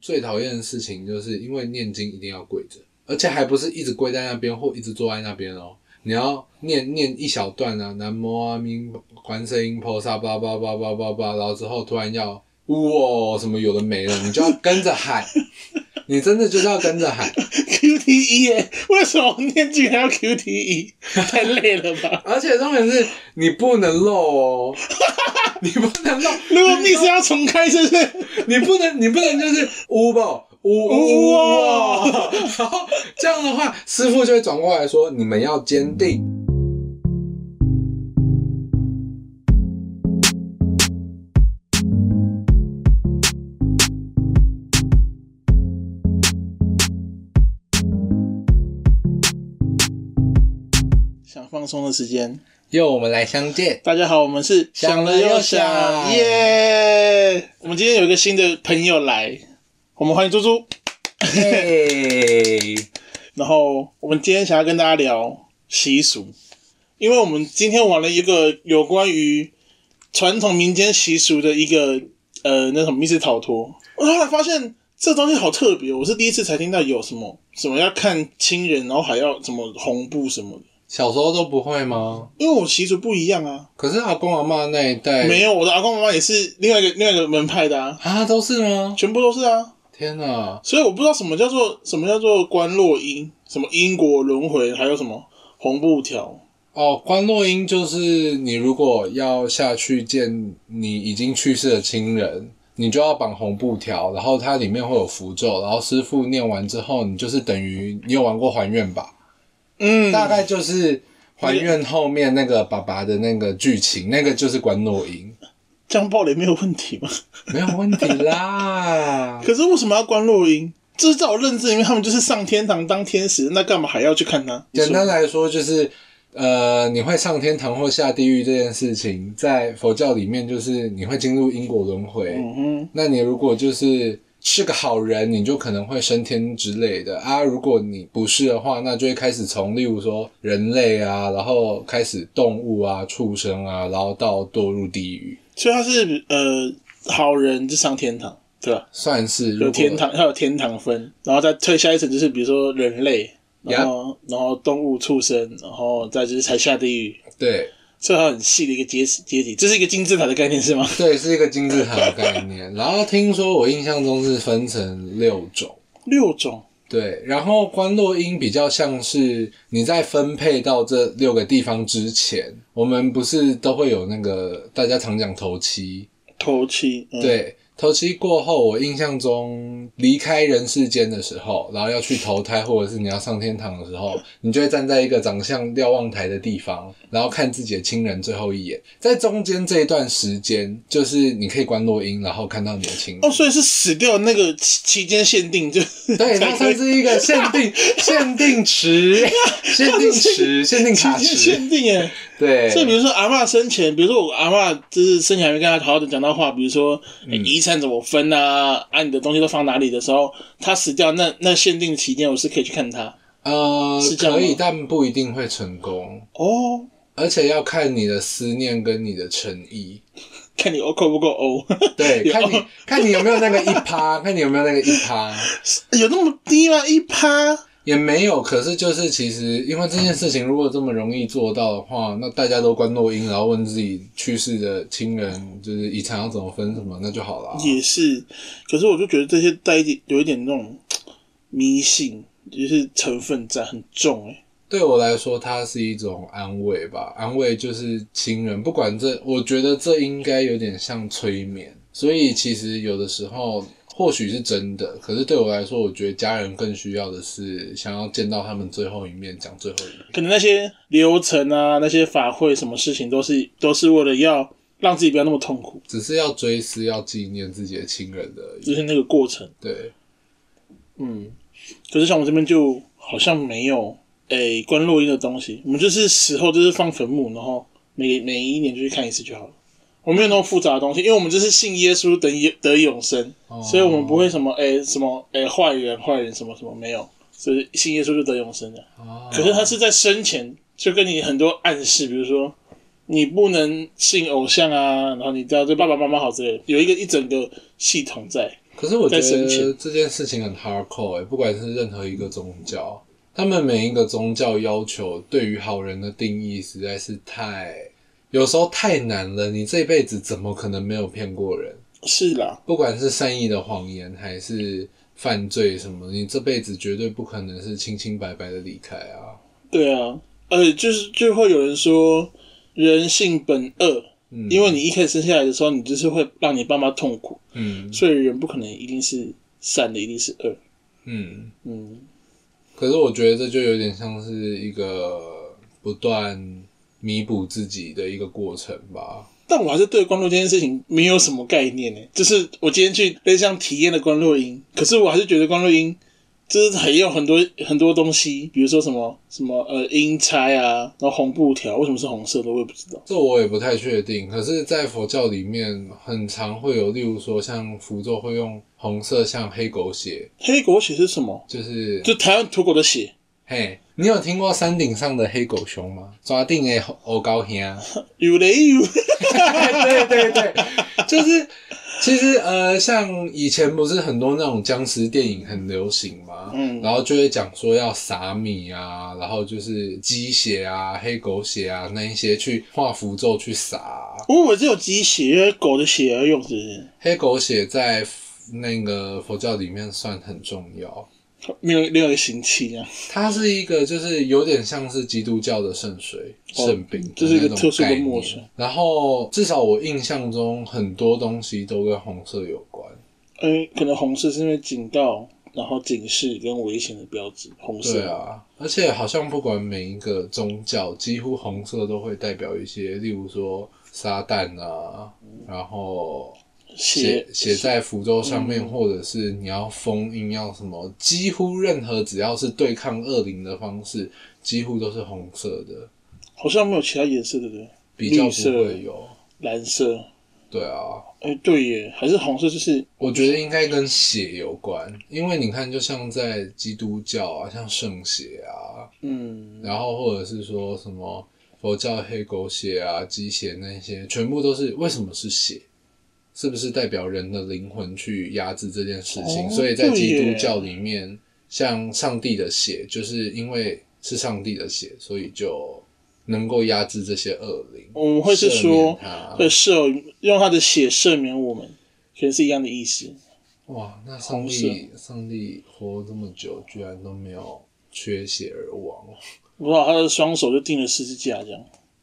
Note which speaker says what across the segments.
Speaker 1: 最讨厌的事情，就是因为念经一定要跪着，而且还不是一直跪在那边或一直坐在那边哦。你要念念一小段啊，南无阿弥观世音菩萨，叭叭叭叭叭叭，然后之后突然要哇什么有的没了，你就要跟着喊， 你真的就是要跟着喊。
Speaker 2: QTE 耶、E 欸为什么念经还 要 QTE？太累了吧？
Speaker 1: 而且重点是你不能漏哦，你不能漏，
Speaker 2: 如果密室要重开，是不是？
Speaker 1: 你不能，你不能就是呜吧，呜呜呜哦，然后这样的话，师傅就会转过来说：“你们要坚定。”
Speaker 2: 想放松的时间。
Speaker 1: 又我们来相见，
Speaker 2: 大家好，我们是
Speaker 1: 想了又想
Speaker 2: 耶我们今天有一个新的朋友来，我们欢迎猪猪。
Speaker 1: 嘿，
Speaker 2: 然后我们今天想要跟大家聊习俗，因为我们今天玩了一个有关于传统民间习俗的一个呃那什么密室逃脱。我后来发现这东西好特别，我是第一次才听到有什么什么要看亲人，然后还要什么红布什么的，
Speaker 1: 小时候都不会吗？
Speaker 2: 因为我习俗不一样啊。
Speaker 1: 可是阿公阿妈那一代
Speaker 2: 没有，我的阿公阿妈也是另外一个另外一个门派的啊，
Speaker 1: 啊，都是吗？
Speaker 2: 全部都是啊。
Speaker 1: 天哪，
Speaker 2: 所以我不知道什么叫做什么叫做关落音，什么因果轮回，还有什么红布条。
Speaker 1: 哦，关落音就是你如果要下去见你已经去世的亲人，你就要绑红布条，然后它里面会有符咒，然后师傅念完之后，你就是等于你有玩过还愿吧？
Speaker 2: 嗯，
Speaker 1: 大概就是还愿后面那个爸爸的那个剧情，那个就是关落音，
Speaker 2: 这样爆雷没有问题吗？
Speaker 1: 没有问题啦。
Speaker 2: 可是为什么要关落音？这是在我认知里面，他们就是上天堂当天使，那干嘛还要去看他？
Speaker 1: 简单
Speaker 2: 你说
Speaker 1: 来说就是，呃，你会上天堂或下地狱这件事情，在佛教里面就是你会进入因果轮回。
Speaker 2: 嗯哼，
Speaker 1: 那你如果就是是个好人，你就可能会升天之类的啊。如果你不是的话，那就会开始从例如说人类啊，然后开始动物啊、畜生啊，然后到堕入地狱，
Speaker 2: 所以他是呃好人就上天堂，对吧？
Speaker 1: 算是如
Speaker 2: 有
Speaker 1: 果
Speaker 2: 天堂，它有天堂分，然后再退下一层就是比如说人类，然后然后动物、畜生，然后再就是才下地狱，
Speaker 1: 对。
Speaker 2: 这它很细的一个阶阶级，这是一个金字塔的概念是 吗？
Speaker 1: 对，是一个金字塔的概念。然后听说我印象中是分成六种，
Speaker 2: 六种，
Speaker 1: 对，然后关落音比较像是你在分配到这六个地方之前，我们不是都会有那个大家常讲头七，
Speaker 2: 头七，嗯、，
Speaker 1: 对，头七过后，我印象中离开人世间的时候，然后要去投胎或者是你要上天堂的时候，你就会站在一个长相瞭望台的地方，然后看自己的亲人最后一眼，在中间这一段时间，就是你可以关落音，然后看到你的亲人。
Speaker 2: 哦，所以是死掉那个期期间限定，就是
Speaker 1: 对，它算是一个限定限定池、限定池、限定卡
Speaker 2: 期间
Speaker 1: 池。
Speaker 2: 限定耶。
Speaker 1: 对，
Speaker 2: 所以比如说阿嬷生前，比如说我阿嬷就是生前还没跟她好好的讲到话，比如说诶遗产怎么分啊，啊你的东西都放哪里的时候，她死掉那那限定期间，我是可以去看她。
Speaker 1: 呃
Speaker 2: 是，这样吗
Speaker 1: 可以，但不一定会成功，
Speaker 2: 哦，
Speaker 1: 而且要看你的思念跟你的诚意。
Speaker 2: 看你够不够欧，
Speaker 1: 对，
Speaker 2: 有
Speaker 1: 看你看你有没有那个一趴，看你有没有那个一趴，
Speaker 2: 有那么低吗？一趴？
Speaker 1: 也没有。可是就是其实，因为这件事情如果这么容易做到的话，那大家都关录音，然后问自己去世的亲人就是遗产要怎么分什么，那就好了。
Speaker 2: 也是，可是我就觉得这些带一点有一点那种迷信，就是成分在很重哎、
Speaker 1: 对我来说，它是一种安慰吧，安慰就是亲人，不管这，我觉得这应该有点像催眠，所以其实有的时候或许是真的，可是对我来说，我觉得家人更需要的是想要见到他们最后一面，讲最后一面。
Speaker 2: 可能那些流程啊，那些法会什么事情都是都是为了要让自己不要那么痛苦，
Speaker 1: 只是要追思，要纪念自己的亲人的而已。
Speaker 2: 就是那个过程。
Speaker 1: 对，
Speaker 2: 嗯，可是像我们这边就好像没有诶、关录音的东西，我们就是死后就是放坟墓，然后每每一年就去看一次就好了。我们没有那么复杂的东西，因为我们就是信耶稣得耶得永生，
Speaker 1: 哦
Speaker 2: 所以我们不会什么诶、什么诶、坏人坏人什么什么没有，就是信耶稣就得永生的。
Speaker 1: 哦
Speaker 2: 可是他是在生前就跟你很多暗示，比如说你不能信偶像啊，然后你要对爸爸妈妈好之类的，有一个一整个系统在。
Speaker 1: 可是我觉
Speaker 2: 在生
Speaker 1: 得
Speaker 2: 前
Speaker 1: 这件事情很 hardcore 哎、不管是任何一个宗教，他们每一个宗教要求对于好人的定义实在是太，有时候太难了。你这辈子怎么可能没有骗过人？
Speaker 2: 是啦，
Speaker 1: 不管是善意的谎言还是犯罪什么，你这辈子绝对不可能是清清白白的离开啊。
Speaker 2: 对啊，呃，就是就会有人说人性本恶，
Speaker 1: 嗯，
Speaker 2: 因为你一开始生下来的时候，你就是会让你爸妈痛苦，
Speaker 1: 嗯
Speaker 2: 所以人不可能一定是善的，一定是恶。
Speaker 1: 嗯，
Speaker 2: 嗯，
Speaker 1: 可是我觉得这就有点像是一个不断弥补自己的一个过程吧。
Speaker 2: 但我还是对关落这件事情没有什么概念呢、就是我今天去类似像体验了关落音，可是我还是觉得关落音就是还有很多很多东西，比如说什么什么呃音差啊，然后红布条为什么是红色的，我也不知道。
Speaker 1: 这我也不太确定，可是，在佛教里面，很常会有，例如说像符咒会用红色像黑狗血，
Speaker 2: 黑狗血是什么？
Speaker 1: 就是
Speaker 2: 就台湾土狗的血。
Speaker 1: 嘿，你有听过山顶上的黑狗熊吗？抓定的欧高兄，啊
Speaker 2: 有雷有，
Speaker 1: 对对对，就是其实呃，像以前不是很多那种僵尸电影很流行吗？
Speaker 2: 嗯
Speaker 1: 然后就会讲说要撒米啊，然后就是鸡血啊、黑狗血啊那一些去画符咒去撒啊、
Speaker 2: 我以为只有鸡血，因为狗的血要用，是不是？
Speaker 1: 黑狗血在 f- 那个佛教里面算很重要，
Speaker 2: 没有另外一个刑期这样，
Speaker 1: 它是一个就是有点像是基督教的圣水、
Speaker 2: 哦
Speaker 1: 圣饼的
Speaker 2: 这是一个
Speaker 1: 那种
Speaker 2: 特殊的
Speaker 1: 概念
Speaker 2: 墨水。
Speaker 1: 然后至少我印象中很多东西都跟红色有关。
Speaker 2: 嗯，可能红色是因为警告，然后警示跟危险的标志，红色。
Speaker 1: 对啊，而且好像不管每一个宗教，几乎红色都会代表一些，例如说撒旦啊，然后写写
Speaker 2: 血
Speaker 1: 在符咒上面，或者是你要封印，要什么，几乎任何只要是对抗恶灵的方式，几乎都是红色的，
Speaker 2: 好像没有其他颜色，对不对？
Speaker 1: 比较
Speaker 2: 绿
Speaker 1: 不
Speaker 2: 色
Speaker 1: 会有。
Speaker 2: 蓝色，
Speaker 1: 对啊，
Speaker 2: 哎、对耶，还是红色，就是
Speaker 1: 我觉得应该跟血有关，因为你看，就像在基督教啊，像圣血啊，
Speaker 2: 嗯，
Speaker 1: 然后或者是说什么佛教黑狗血啊、鸡血那些，全部都是为什么是血？是不是代表人的灵魂去压制这件事情？
Speaker 2: 哦
Speaker 1: 所以在
Speaker 2: 对
Speaker 1: 基
Speaker 2: 耶
Speaker 1: 督教里面，像上帝的血，就是因为是上帝的血，所以就能够压制这些恶灵。
Speaker 2: 我们会哦是说
Speaker 1: 赦免他
Speaker 2: 会赦用他的血赦免我们，可能是一样的意思。
Speaker 1: 哇，那上帝上帝活这么久，居然都没有缺血而亡。
Speaker 2: 我不知道他的双手就钉了十字架这样，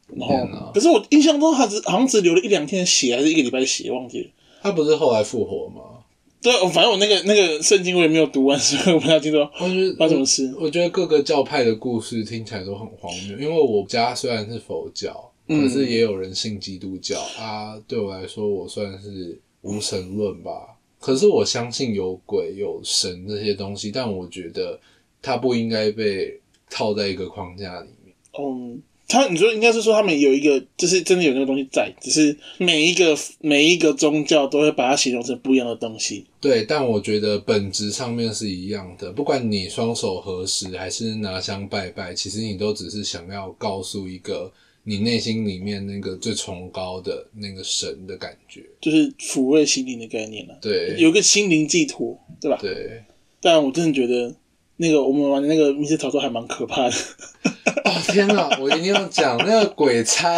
Speaker 2: 然
Speaker 1: 天哪
Speaker 2: 后可是我印象中他只好像只流了一两天的血，还是一个礼拜的血，忘记了。
Speaker 1: 他不是后来复活吗？
Speaker 2: 对，我反正我那个那个圣经我也没有读完， 所以我不太清楚
Speaker 1: 我觉得
Speaker 2: 发生什么事。
Speaker 1: 我觉得各个教派的故事听起来都很荒谬，因为我家虽然是佛教，可是也有人信基督教、啊。对我来说，我算是无神论吧。可是我相信有鬼有神这些东西，但我觉得它不应该被套在一个框架里面。
Speaker 2: 嗯，他你说应该是说他们有一个，就是真的有那个东西在，只是每一个每一个宗教都会把它形容成不一样的东西。
Speaker 1: 对，但我觉得本质上面是一样的，不管你双手合十还是拿香拜拜，其实你都只是想要告诉一个你内心里面那个最崇高的那个神的感觉。
Speaker 2: 就是抚慰心灵的概念了、
Speaker 1: 对
Speaker 2: 有个心灵寄托，对吧？
Speaker 1: 对，
Speaker 2: 但我真的觉得那个我们玩的那个密室逃脱还蛮可怕的，
Speaker 1: 哦天哪，我一定要讲那个鬼差，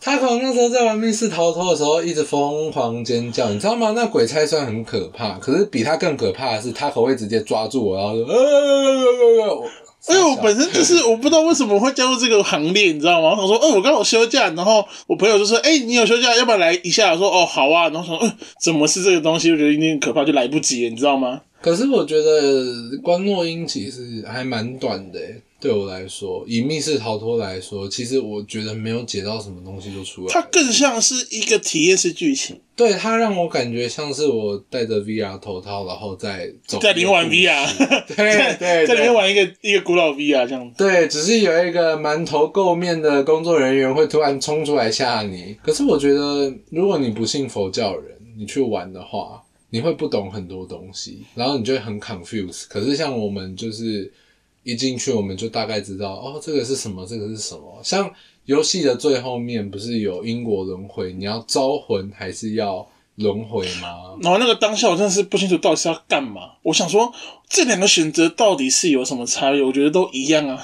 Speaker 1: 他可能那时候在玩密室逃脱的时候一直疯狂尖叫，你知道吗？那鬼差虽然很可怕，可是比他更可怕的是，他可会直接抓住我，然后说，呃，
Speaker 2: 因哎为我本身就是我不知道为什么会加入这个行列，你知道吗？我想说，哦，我刚好休假，然后我朋友就说，哎、你有休假，要不要来一下？我说，哦，好啊。然后想说，嗯、怎么是这个东西？我觉得一定很可怕，就来不及了，你知道吗？
Speaker 1: 可是我觉得关诺英其实还蛮短的欸，对我来说，以密室逃脱来说，其实我觉得没有解到什么东西就出来
Speaker 2: 它
Speaker 1: 了。
Speaker 2: 更像是一个体验式剧情，
Speaker 1: 对它让我感觉像是我戴着 VR 头套，然后再走
Speaker 2: 在里面 玩 VR，
Speaker 1: 对对对，
Speaker 2: 在里面玩一个一个古老 VR 这样子。
Speaker 1: 对，只是有一个馒头垢面的工作人员会突然冲出来吓你。可是我觉得，如果你不信佛教人，你去玩的话，你会不懂很多东西，然后你就会很 confuse。可是像我们就是一进去，我们就大概知道哦，这个是什么，这个是什么。像游戏的最后面不是有因果轮回，你要招魂还是要轮回吗？
Speaker 2: 然后那个当下我真的是不清楚到底是要干嘛。我想说这两个选择到底是有什么差异？我觉得都一样啊。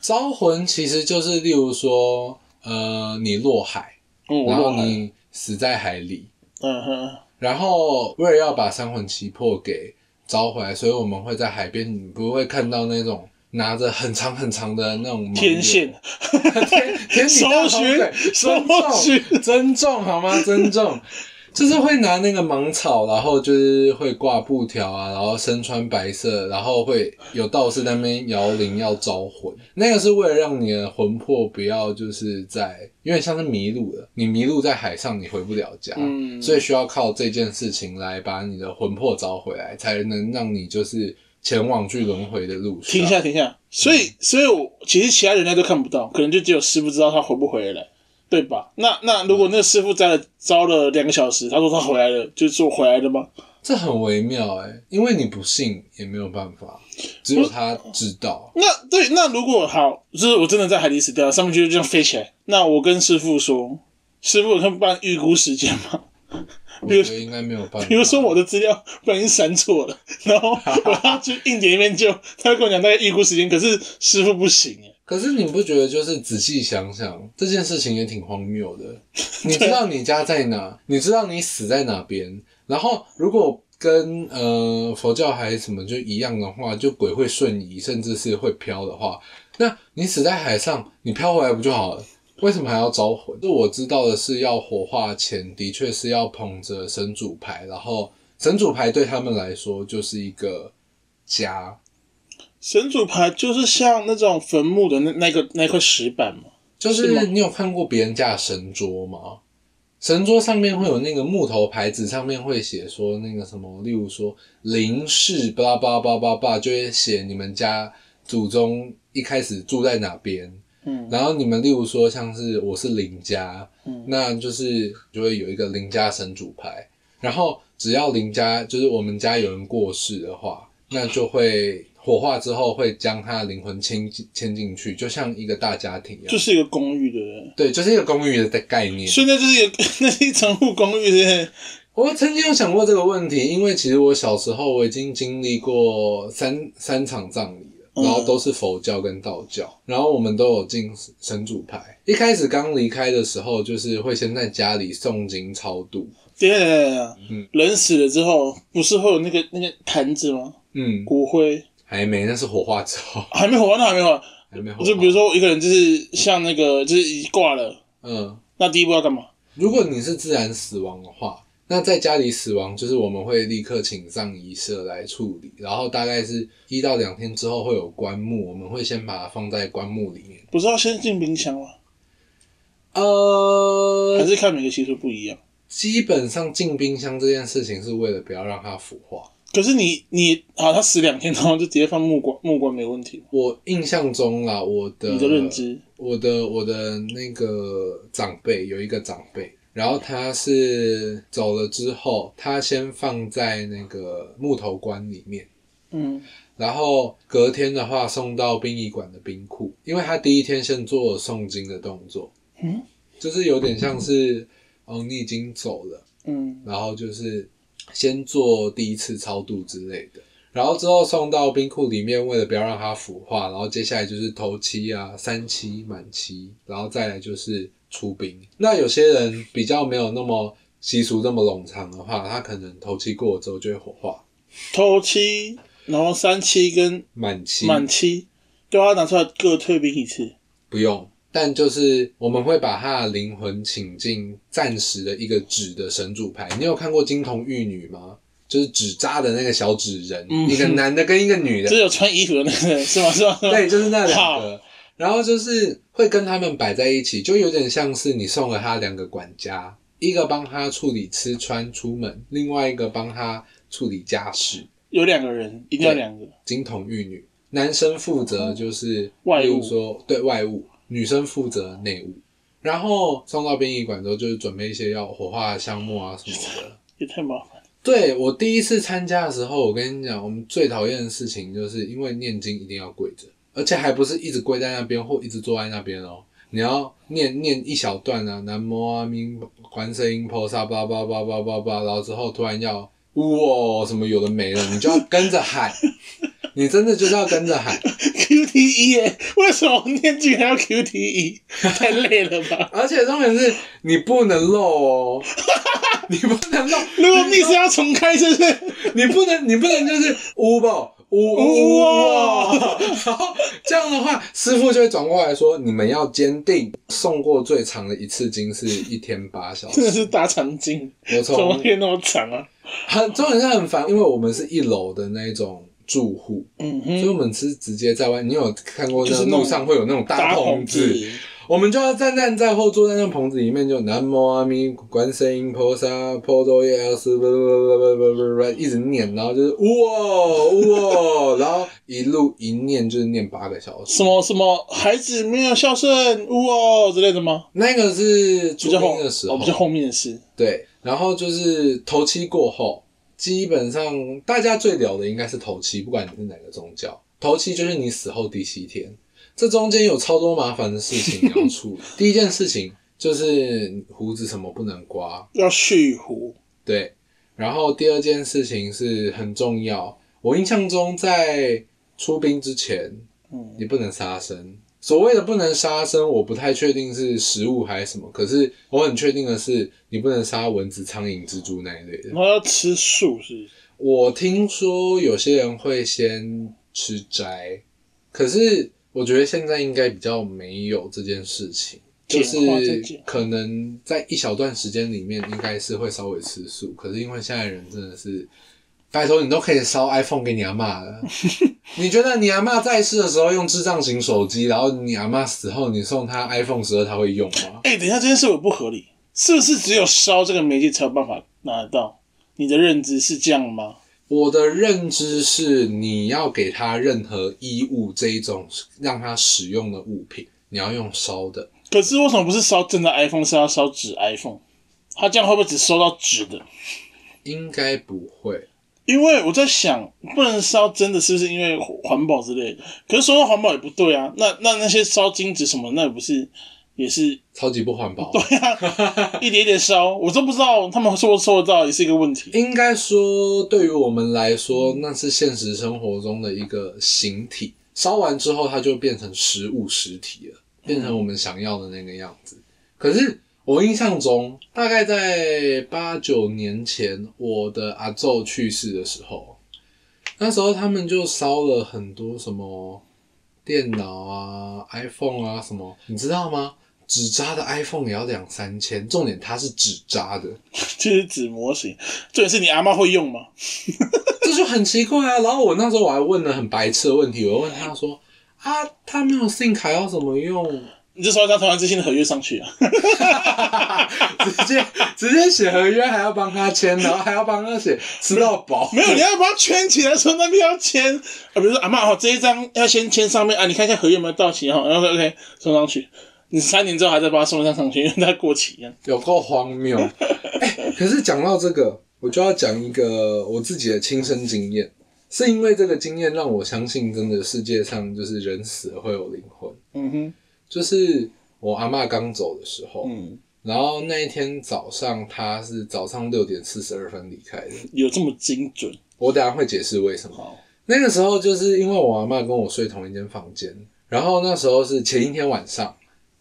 Speaker 1: 招魂其实就是，例如说，呃，你落海，
Speaker 2: 嗯，我
Speaker 1: 然后
Speaker 2: 落海了
Speaker 1: 你死在海里，
Speaker 2: 嗯哼，
Speaker 1: 然后为了要把三魂七魄给招回来，所以我们会在海边，你不会看到那种拿着很长很长的那种
Speaker 2: 天线，
Speaker 1: 盲流，天天你大头
Speaker 2: 搜寻
Speaker 1: 鬼，尊
Speaker 2: 搜寻
Speaker 1: 重尊重好吗？尊重。就是会拿那个芒草，然后就是会挂布条啊，然后身穿白色，然后会有道士在那边摇铃要招魂。那个是为了让你的魂魄不要就是在，有点像是迷路了，你迷路在海上，你回不了家。
Speaker 2: 嗯，
Speaker 1: 所以需要靠这件事情来把你的魂魄找回来，才能让你就是前往去轮回的路上。
Speaker 2: 停一下，停一下。所以，所以我其实其他人类都看不到，可能就只有师傅知道他回不回来，对吧？那那如果那个师傅在了招了两个小时，他说他回来了，就是我回来了吗？
Speaker 1: 这很微妙哎、因为你不信也没有办法，只有他知道。
Speaker 2: 那对，那如果好，就是我真的在海里死掉了，上面就这样飞起来，那我跟师傅说，师傅能帮我预估时间吗？
Speaker 1: 我
Speaker 2: 比如
Speaker 1: 觉得应该没有办法。
Speaker 2: 比如说我的资料不小心删错了，然后我要去硬碟里面救，他会跟我讲大概预估时间，可是师傅不行耶
Speaker 1: 可是你不觉得就是仔细想想这件事情也挺荒谬的？你知道你家在哪，你知道你死在哪边，然后如果跟呃佛教还什么就一样的话，就鬼会瞬移，甚至是会飘的话，那你死在海上，你飘回来不就好了？为什么还要招魂？就我知道的是，要火化前的确是要捧着神主牌，然后神主牌对他们来说就是一个家，
Speaker 2: 神主牌就是像那种坟墓的那那个那块石板嘛，
Speaker 1: 就是
Speaker 2: 是吗
Speaker 1: 你有看过别人家的神桌吗？神桌上面会有那个木头牌子，上面会写说那个什么，例如说林氏巴拉巴拉巴拉巴拉巴拉，就会写你们家祖宗一开始住在哪边。
Speaker 2: 嗯，
Speaker 1: 然后你们例如说像是我是林家，
Speaker 2: 嗯
Speaker 1: 那就是就会有一个林家神主牌，然后只要林家就是我们家有人过世的话，那就会火化之后会将他的灵魂迁进迁进去，就像一个大家庭一样
Speaker 2: 就。是一个公寓的人，
Speaker 1: 对，就是一个公寓的概念。
Speaker 2: 所以那就是一个 那是一层户公寓的，
Speaker 1: 我曾经有想过这个问题，因为其实我小时候我已经经历过三三场葬礼了，
Speaker 2: 嗯
Speaker 1: 然后都是佛教跟道教，然后我们都有进神主牌。一开始刚离开的时候，就是会先在家里诵经超度，
Speaker 2: 对对对对，
Speaker 1: 嗯
Speaker 2: 人死了之后不是会有那个那个坛子吗？
Speaker 1: 嗯，
Speaker 2: 骨灰
Speaker 1: 还没，那是火化之后，
Speaker 2: 还没火完，那还没火完，
Speaker 1: 还没火化。
Speaker 2: 就比如，说一个人就是像那个就是挂了，
Speaker 1: 嗯，
Speaker 2: 那第一步要干嘛？
Speaker 1: 如果你是自然死亡的话，那在家里死亡就是我们会立刻请上仪社来处理，然后大概是一到两天之后会有棺木，我们会先把它放在棺木里面。
Speaker 2: 不是要先进冰箱吗？还
Speaker 1: 呃，
Speaker 2: 是看每个习俗不一样？
Speaker 1: 基本上进冰箱这件事情是为了不要让它腐化。
Speaker 2: 可是你你好，他死两天，然后就直接放木棺，木棺没问题吗。
Speaker 1: 我印象中啦，我的
Speaker 2: 你的认知，
Speaker 1: 我的我的那个长辈有一个长辈，然后他是走了之后，他先放在那个木头棺里面。
Speaker 2: 嗯，
Speaker 1: 然后隔天的话送到殡仪馆的冰库，因为他第一天先做了诵经的动作，
Speaker 2: 嗯，
Speaker 1: 就是有点像是哦你已经走了，
Speaker 2: 嗯，
Speaker 1: 然后就是先做第一次超度之类的，然后之后送到冰库里面，为了不要让它腐化，然后接下来就是头七啊、三七、满七，然后再来就是出冰。那有些人比较没有那么习俗那么冗长的话，他可能头七过了之后就会火化，
Speaker 2: 头七，然后三七跟
Speaker 1: 满七
Speaker 2: 满七都要拿出来各退兵一次。
Speaker 1: 不用，但就是我们会把他的灵魂请进暂时的一个纸的神主牌。你有看过《金童玉女》吗？就是纸扎的那个小纸人，
Speaker 2: 嗯
Speaker 1: 一个男的跟一个 女
Speaker 2: 就是
Speaker 1: 的，
Speaker 2: 有穿衣服的那个人是吗？是吗？是吗
Speaker 1: 对，就是那两
Speaker 2: 好
Speaker 1: 个。然后就是会跟他们摆在一起，就有点像是你送了他两个管家，一个帮他处理吃穿出门，另外一个帮他处理家事。
Speaker 2: 有两个人，一定要两个。
Speaker 1: 金童玉女，男生负责就是
Speaker 2: 哦外务
Speaker 1: 例如说对外务，女生负责内务。然后送到殡仪馆之后，就是准备一些要火化的项目啊什么的。
Speaker 2: 也太麻烦。
Speaker 1: 对我第一次参加的时候，我跟你讲，我们最讨厌的事情就是因为念经一定要跪着，而且还不是一直跪在那边或一直坐在那边哦，你要念念一小段啊，南无阿弥观世音菩萨，叭叭叭叭叭叭，然后之后突然要哇什么有的没了，你就要跟着喊， 你真的就是要跟着喊。
Speaker 2: QTE E 耶、为什么念经还 要 QTE？太累了吧？
Speaker 1: 而且重点是你不能漏哦，你不能漏，
Speaker 2: 如果 miss 要重开，是不是？
Speaker 1: 你不能，你不能就是呜吧，呜呜呜哦，然后这样的话，师傅就会转过来说：“你们要坚定。”送过最长的一次经是一天八小
Speaker 2: 真的
Speaker 1: 时。
Speaker 2: 是大肠镜，
Speaker 1: 我
Speaker 2: 怎么
Speaker 1: 从
Speaker 2: 可以那么长啊？
Speaker 1: 很重点是很烦，因为我们是一楼的那一种住户，
Speaker 2: 嗯
Speaker 1: 所以
Speaker 2: 哼，
Speaker 1: 我们是直接在外。你有看过
Speaker 2: 就
Speaker 1: 那
Speaker 2: 是那种
Speaker 1: 路上会有那种大棚子？我们就要站站在或坐在那棚子里面，就南无阿弥观世音菩萨，波多耶尔斯，不不不不不不一直念，然后就是哇哇，哦然后一路一念就是念八个小时。
Speaker 2: 什么什么孩子没有孝顺，呜哦之类的吗？
Speaker 1: 那个是
Speaker 2: 比
Speaker 1: 出
Speaker 2: 较
Speaker 1: 兵
Speaker 2: 后，
Speaker 1: 的时
Speaker 2: 哦，
Speaker 1: 候
Speaker 2: 比，较后面的事。
Speaker 1: 对，然后就是头七过后，基本上大家最聊的应该是头七，不管你是哪个宗教，头七就是你死后第七天，这中间有超多麻烦的事情要处理。第一件事情就是胡子什么不能刮。
Speaker 2: 要续胡，
Speaker 1: 对，然后第二件事情是很重要，我印象中在出兵之前，
Speaker 2: 嗯，
Speaker 1: 你不能杀生。所谓的不能杀生，我不太确定是食物还是什么，可是我很确定的是，你不能杀蚊子、苍蝇、蜘蛛那一类
Speaker 2: 然
Speaker 1: 的。
Speaker 2: 后要吃素是不是
Speaker 1: 我听说有些人会先吃斋，可是我觉得现在应该比较没有这件事情，就
Speaker 2: 简化再
Speaker 1: 是
Speaker 2: 简化
Speaker 1: 可能在一小段时间里面应该是会稍微吃素，可是因为现在人真的是，拜托你都可以烧 iPhone 给你阿妈 了，你觉得你阿妈在世的时候用智障型手机，然后你阿妈死后你送她 iPhone 十二，她会用吗？
Speaker 2: 哎、等一下，这件事我不合理，是不是只有烧这个媒介才有办法拿得到？你的认知是这样吗？
Speaker 1: 我的认知是，你要给他任何衣物这一种让他使用的物品，你要用烧的。
Speaker 2: 可是为什么不是烧真的 iPhone，是要烧纸 iPhone？他这样会不会只收到纸的？
Speaker 1: 应该不会，
Speaker 2: 因为我在想，不能烧真的是不是因为环保之类的？可是说到环保也不对啊，那那那些烧金纸什么，那也不是也是
Speaker 1: 超级不环保。
Speaker 2: 对啊，一点一点烧，我都不知道他们收不收得到也是一个问题。
Speaker 1: 应该说，对于我们来说，那是现实生活中的一个形体。烧完之后，它就变成实物实体了，变成我们想要的那个样子。可是我印象中，大概在八九年前，我的阿昼去世的时候，那时候他们就烧了很多什么电脑啊、iPhone 啊什么，你知道吗？纸扎的 iPhone 也要两三千，重点它是纸扎的。
Speaker 2: 这是纸模型，重点是你阿妈会用吗？
Speaker 1: 这就很奇怪啊。然后我那时候我还问了很白痴的问题，我问他说：“啊，他没有信卡要什么用
Speaker 2: 你这时候将台湾之星的合约上去啊？？”
Speaker 1: 直接直接写合约，还要帮他签，然后还要帮他写吃到饱。
Speaker 2: 没有，你要把它圈起来，从那边要签啊，比如说阿妈哦，这一张要先签上面啊，你看一下合约有没有到期哈，然后说 OK 送上去，你三年之后还再把它送上上去，因为它过期一样。
Speaker 1: 有够荒谬。哎，可是讲到这个，我就要讲一个我自己的亲身经验，是因为这个经验让我相信，真的世界上就是人死了会有灵魂。
Speaker 2: 嗯哼，
Speaker 1: 就是我阿嬷刚走的时候，
Speaker 2: 嗯，
Speaker 1: 然后那一天早上，她是早上六点四十二分离开的。
Speaker 2: 有这么精准？
Speaker 1: 我等一下会解释为什么。
Speaker 2: 好，
Speaker 1: 那个时候就是因为我阿妈跟我睡同一间房间，然后那时候是前一天晚上，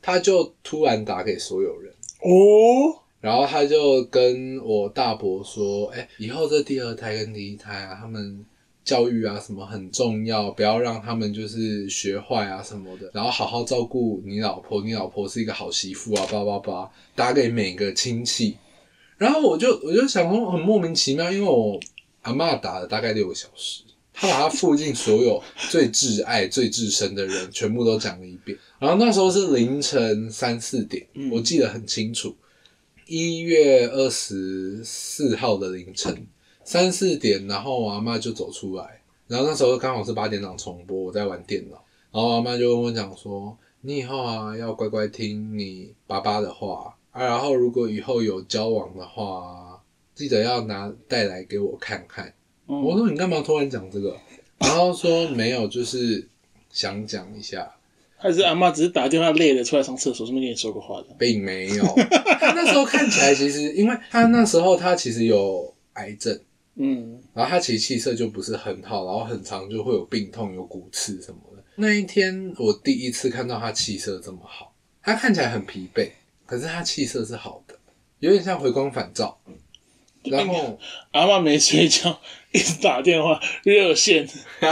Speaker 1: 她就突然打给所有人，
Speaker 2: 哦，
Speaker 1: 然后她就跟我大伯说：“哎、以后这第二胎跟第一胎啊，他们教育啊什么很重要，不要让他们就是学坏啊什么的，然后好好照顾你老婆，你老婆是一个好媳妇啊，叭叭叭，打给每个亲戚。”然后我就我就想说很莫名其妙，因为我阿嬷打了大概六个小时，她把她附近所有最挚爱、最至深的人全部都讲了一遍。然后那时候是凌晨三四点，
Speaker 2: 嗯
Speaker 1: 我记得很清楚，一月二十四号的凌晨三四点，然后我阿嬷就走出来，然后那时候刚好是八点档重播，我在玩电脑，然后我阿嬷就跟我讲说，你以后啊要乖乖听你爸爸的话啊，然后如果以后有交往的话，记得要拿带来给我看看。我
Speaker 2: 嗯，
Speaker 1: 说你干嘛突然讲这个？然后说没有，就是想讲一下。
Speaker 2: 还是阿妈只是打电话累了出来上厕所，顺便跟你说个话的。
Speaker 1: 并没有。他那时候看起来其实，因为他那时候他其实有癌症，
Speaker 2: 嗯，
Speaker 1: 然后他其实气色就不是很好，然后很常就会有病痛、有骨刺什么的。那一天我第一次看到他气色这么好，他看起来很疲惫，可是他气色是好的，有点像回光返照。然后
Speaker 2: 阿妈没睡觉， 一直打电话热线，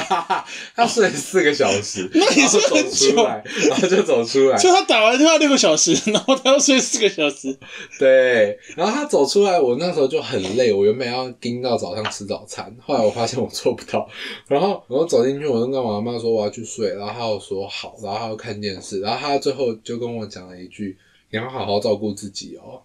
Speaker 1: 他睡了四个小时，
Speaker 2: 那也
Speaker 1: 然后
Speaker 2: 是很
Speaker 1: 走
Speaker 2: 久
Speaker 1: 出来，然后就走出来，
Speaker 2: 所以他打完电话六个小时，然后他要睡四个小时。
Speaker 1: 对，然后他走出来，我那时候就很累，我原本要盯到早上吃早餐，后来我发现我做不到，然后我走进去，我就跟我阿妈说我要去睡，然后她又说好，然后她又看电视，然后她最后就跟我讲了一句：“你要好好照顾自己哦。”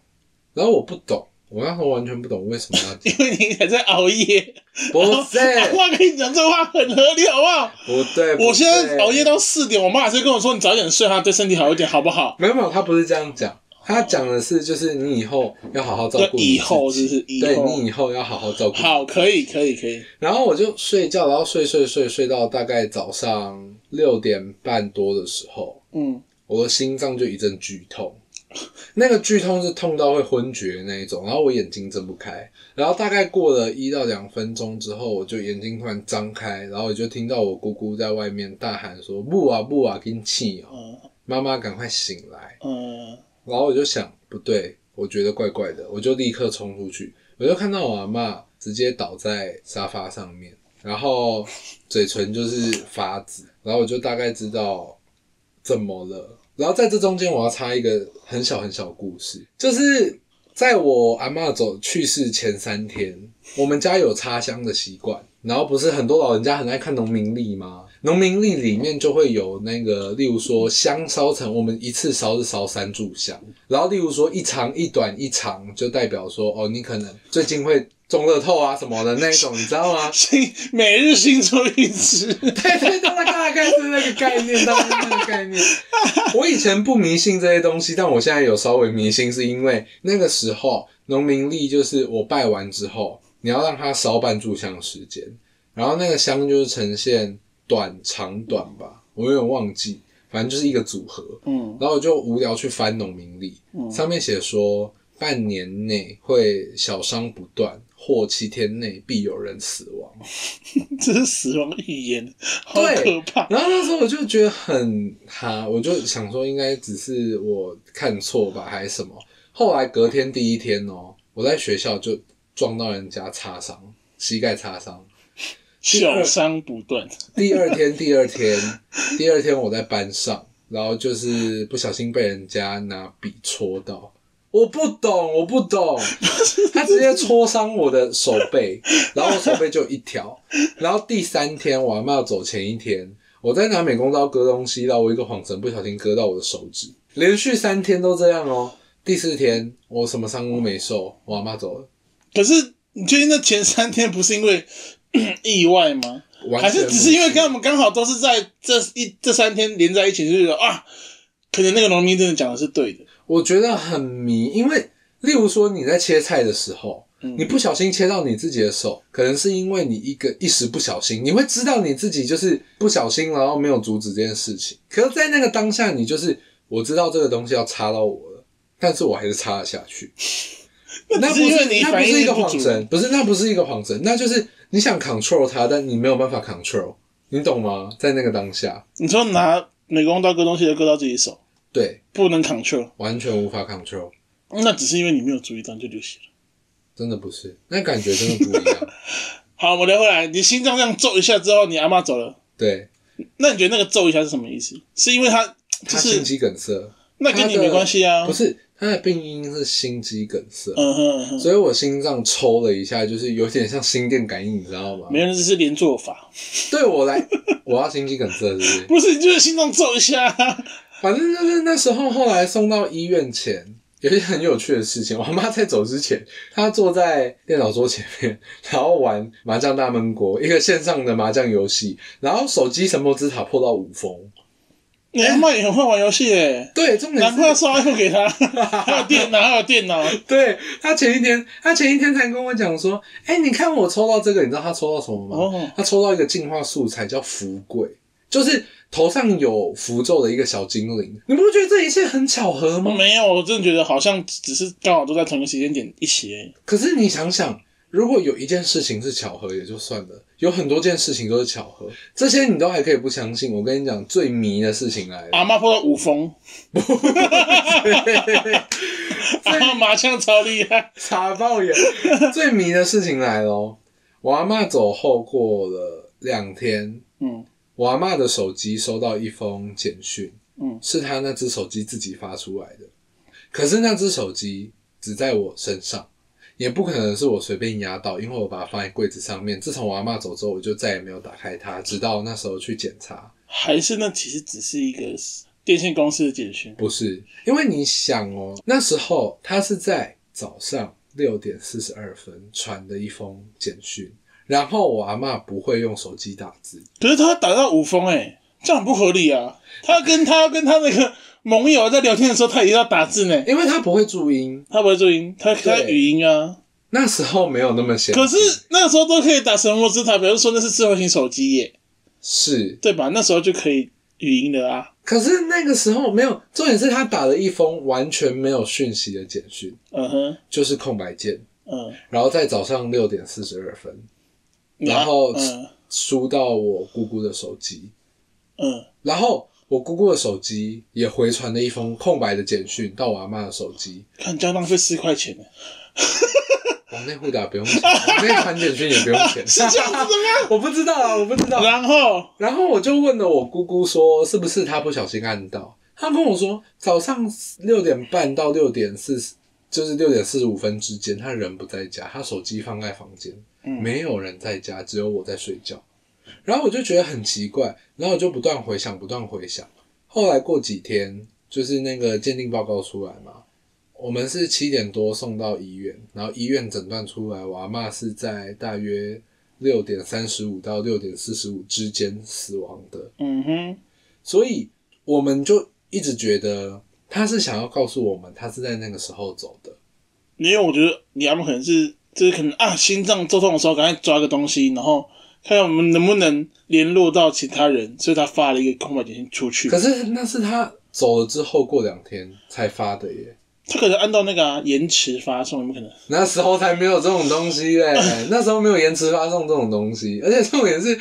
Speaker 1: 然后我不懂，我那时候完全不懂为什么要
Speaker 2: 因为你还在熬夜。
Speaker 1: 不是
Speaker 2: 阿妈跟你讲这话很合理，好不好？
Speaker 1: 不对，不
Speaker 2: 我现在
Speaker 1: 对
Speaker 2: 熬夜到四点，我妈还是跟我说你早点睡哈，对身体好一点，好不好？
Speaker 1: 没有没有，他不是这样讲，他讲的是就是你以后要好好照顾你
Speaker 2: 对
Speaker 1: 自己
Speaker 2: 以后是不是以后
Speaker 1: 对你以后要好好照顾你
Speaker 2: 好，可以，可以，可以。
Speaker 1: 然后我就睡觉，然后睡睡睡睡到大概早上六点半多的时候，
Speaker 2: 嗯，
Speaker 1: 我的心脏就一阵剧痛， 那个剧痛是痛到会昏厥的那一种，然后我眼睛睁不开，然后大概过了一到两分钟之后，我就眼睛突然张开，然后我就听到我姑姑在外面大喊说：“不啊不啊，给你气哦，
Speaker 2: 嗯，
Speaker 1: 妈妈赶快醒来。”
Speaker 2: 嗯，
Speaker 1: 然后我就想，不对，我觉得怪怪的，我就立刻冲出去，我就看到我阿嬷直接倒在沙发上面，然后嘴唇就是发紫，然后我就大概知道怎么了。然后在这中间，我要插一个很小很小的故事，就是在我阿嬷走去世前三天，我们家有插香的习惯。然后不是很多老人家很爱看农民历吗？农民历里面就会有那个，例如说香烧成，我们一次烧是烧三炷香，然后例如说一长一短一长，就代表说哦，你可能最近会中乐透啊什么的那一种，你知道吗？
Speaker 2: 新每日新出一支。
Speaker 1: 对对，大概大概是那个概念，大概是那个概念。我以前不迷信这些东西，但我现在有稍微迷信，是因为那个时候农民历就是我拜完之后，你要让它烧半炷香的时间，然后那个香就是呈现短长短吧，我有点忘记，反正就是一个组合。
Speaker 2: 嗯
Speaker 1: 然后我就无聊去翻农民历，上面写说半年内会小伤不断，或七天内必有人死亡。
Speaker 2: 这是死亡预言，好可怕。
Speaker 1: 然后那时候我就觉得很哈，我就想说应该只是我看错吧，还是什么？后来隔天第一天哦，我在学校就撞到人家擦伤，膝盖擦伤。
Speaker 2: 小伤不断，
Speaker 1: 第二天，第二天，第二天我在班上，然后就是不小心被人家拿笔戳到。我不懂，我不 懂，他直接戳伤我的手背，然后我手背就有一条。然后第三天，我阿妈走前一天，我在拿美工刀割东西，然后我一个晃神不小心割到我的手指，连续三天都这样哦。第四天我什么伤都没受，我阿妈走了，
Speaker 2: 可是你确定那前三天不是因为 意外吗？
Speaker 1: 完
Speaker 2: 还
Speaker 1: 全
Speaker 2: 是
Speaker 1: 不
Speaker 2: 只是因为跟我们刚好都是在这一这三天连在一起，就是啊，可能那个农民真的讲的是对的。
Speaker 1: 我觉得很迷，因为例如说你在切菜的时候，
Speaker 2: 嗯
Speaker 1: 你不小心切到你自己的手，可能是因为你一个一时不小心，你会知道你自己就是不小心，然后没有阻止这件事情。可是，在那个当下，你就是我知道这个东西要插到我了，但是我还是插了下去。那
Speaker 2: 那
Speaker 1: 不
Speaker 2: 只是因为你
Speaker 1: 那不
Speaker 2: 反应
Speaker 1: 是一个
Speaker 2: 不
Speaker 1: 晃
Speaker 2: 足
Speaker 1: 神，不是那不是一个晃神，那就是你想 control 它，但你没有办法 control，你懂吗？在那个当下，
Speaker 2: 你说拿美工刀割东西，割到自己手，
Speaker 1: 对，
Speaker 2: 不能 control，
Speaker 1: 完全无法 control，
Speaker 2: 那只是因为你没有注意到就流血了。
Speaker 1: 真的不是，那感觉真的不一 样。
Speaker 2: 好，我们聊回来，你心脏这样揍一下之后，你阿妈走了，
Speaker 1: 对，
Speaker 2: 那你觉得那个揍一下是什么意思？是因为他就
Speaker 1: 他心
Speaker 2: 是
Speaker 1: 肌梗塞，
Speaker 2: 那跟你没关系啊
Speaker 1: 不？是他的病因是心肌梗塞，
Speaker 2: 嗯哼嗯哼，
Speaker 1: 所以我心脏抽了一下，就是有点像心电感应，你知道吗
Speaker 2: 没？有，这是连坐法，
Speaker 1: 对我来，我要心肌梗塞，是不 是？
Speaker 2: 不是你就是心脏揍一下啊、
Speaker 1: 反正就是那时候，后来送到医院前，有一些很有趣的事情。我妈在走之前，她坐在电脑桌前面，然后玩麻将大闷锅，一个线上的麻将游戏，然后手机神魔之塔破到五封。
Speaker 2: 你阿妈也很会玩游戏耶，
Speaker 1: 对，重点哎
Speaker 2: 难
Speaker 1: 是
Speaker 2: 怪要送 iPhone 给 他，还有电脑，还有电脑，
Speaker 1: 对他前一天，他前一天才跟我讲说，哎、你看我抽到这个，你知道他抽到什么吗？
Speaker 2: 哦
Speaker 1: 他抽到一个进化素材叫福贵，就是头上有符咒的一个小精灵，你不觉得这一切很巧合吗？
Speaker 2: 没有，我真的觉得好像只是刚好都在同一个时间点一起而已。
Speaker 1: 可是你想想，如果有一件事情是巧合也就算了，有很多件事情都是巧合，这些你都还可以不相信。我跟你讲，最迷的事情来了，
Speaker 2: 阿妈碰到五峰，阿妈麻将超厉害，
Speaker 1: 傻爆眼！最迷的事情来咯，我阿妈走后过了两天，
Speaker 2: 嗯，
Speaker 1: 我阿妈的手机收到一封简讯，
Speaker 2: 嗯
Speaker 1: 是她那只手机自己发出来的，可是那只手机只在我身上，也不可能是我随便压到，因为我把它放在柜子上面。自从我阿妈走之后，我就再也没有打开它，直到那时候去检查，
Speaker 2: 还是那其实只是一个电信公司的简讯。
Speaker 1: 不是，因为你想哦，那时候他是在早上六点四十二分传的一封简讯，然后我阿嬷不会用手机打字，
Speaker 2: 可是他打到五峰、欸，哎，这样很不合理啊！他跟他跟他那个盟友在聊天的时候，他也要打字呢、
Speaker 1: 因为她不会注音，
Speaker 2: 他不会注音，他他
Speaker 1: 对
Speaker 2: 语音啊。
Speaker 1: 那时候没有那么闲。
Speaker 2: 可是那时候都可以打神魔之塔，比如说那是智慧型手机耶，
Speaker 1: 是，
Speaker 2: 对吧？那时候就可以语音的啊。
Speaker 1: 可是那个时候没有，重点是她打了一封完全没有讯息的简讯，
Speaker 2: 嗯哼，
Speaker 1: 就是空白键，
Speaker 2: 嗯，
Speaker 1: 然后在早上六点四十二分然后
Speaker 2: 嗯
Speaker 1: 输到我姑姑的手机，
Speaker 2: 嗯，
Speaker 1: 然后我姑姑的手机也回传了一封空白的简讯到我阿妈的手机。
Speaker 2: 看这样浪费四块钱呢，
Speaker 1: 往内互打不用钱，往内传简讯也不用钱，
Speaker 2: 是这样子的吗？
Speaker 1: 我不知道啊，我不知道。
Speaker 2: 然后
Speaker 1: 然后我就问了我姑姑说，是不是她不小心按到？她跟我说，早上六点半到六点四十，就是六点四十五分之间，她人不在家，她手机放在房间，
Speaker 2: 嗯
Speaker 1: 没有人在家，只有我在睡觉。然后我就觉得很奇怪，然后我就不断回想，不断回想。后来过几天，就是那个鉴定报告出来嘛，我们是七点多送到医院，然后医院诊断出来，我阿嬷是在大约六点三十五到六点四十五之间死亡的，
Speaker 2: 嗯哼，
Speaker 1: 所以我们就一直觉得他是想要告诉我们，他是在那个时候走的。
Speaker 2: 因为我觉得你阿姆可能是就是可能啊，心脏骤痛的时候，赶快抓个东西，然后看我们能不能联络到其他人，所以他发了一个空白简讯出去
Speaker 1: 可。是那是他走了之后过两天才发的耶，
Speaker 2: 他可能按照那个啊延迟发送，有没有可能？
Speaker 1: 那时候才没有这种东西 嘞，那时候没有延迟发送这种东西，而且重点是。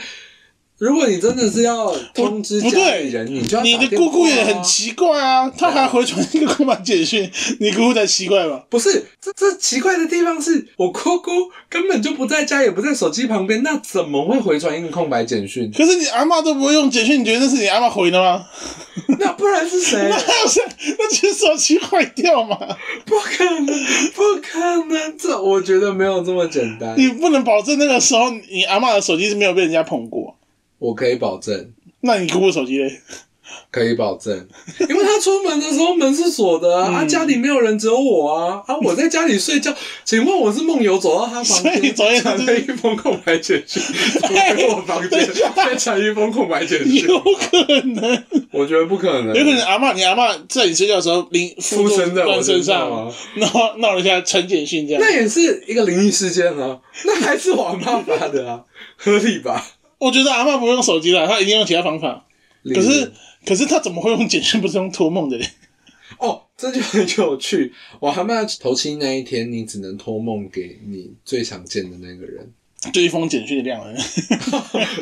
Speaker 1: 如果你真的是要通知
Speaker 2: 不
Speaker 1: 家里
Speaker 2: 对
Speaker 1: 人，你就要
Speaker 2: 你
Speaker 1: 打
Speaker 2: 的
Speaker 1: 电
Speaker 2: 姑姑也
Speaker 1: 话啊
Speaker 2: 很奇怪啊，她还回传一个空白简讯，你姑姑才奇怪吧？
Speaker 1: 不是，这这奇怪的地方是我姑姑根本就不在家，也不在手机旁边，那怎么会回传一个空白简
Speaker 2: ？
Speaker 1: 讯
Speaker 2: 可是你阿嬷都不会用简讯，你觉得那是你阿嬷回的吗？
Speaker 1: 那不然是谁？
Speaker 2: 那不是，那就是手机坏掉嘛？
Speaker 1: 不可能，不可能，这我觉得没有这么简单。
Speaker 2: 你不能保证那个时候你阿嬷的手机是没有被人家碰过。
Speaker 1: 我可以保证，
Speaker 2: 那你姑姑手机嘞？
Speaker 1: 可以保证，因为他出门的时候门是锁的
Speaker 2: 嗯
Speaker 1: 啊，啊家里没有人，只有我啊，啊我在家里睡觉，请问我是梦游走到他房
Speaker 2: 所以
Speaker 1: 间，
Speaker 2: 昨天
Speaker 1: 传
Speaker 2: 就
Speaker 1: 了
Speaker 2: 是
Speaker 1: 一封空白简 讯，走回我房间，再传一封空白简讯，
Speaker 2: 有可能，
Speaker 1: 我觉得不可能，
Speaker 2: 有可能阿嬷，你阿嬷在你睡觉的时候淋
Speaker 1: 附身在我
Speaker 2: 在身
Speaker 1: 身上
Speaker 2: 上
Speaker 1: 啊，
Speaker 2: 然后闹了一下传简讯这样
Speaker 1: 那。也是一个灵异事件啊，那还是我妈发的啊，合理吧？
Speaker 2: 我觉得阿嬷不会用手机啦，她一定用其他方法。
Speaker 1: 可
Speaker 2: 可是可是她怎么会用简讯？不是用托梦的嘞？
Speaker 1: 哦，这就很有趣。我阿妈头七那一天，你只能托梦给你最想见的那个人，
Speaker 2: 就一封简讯的量而已。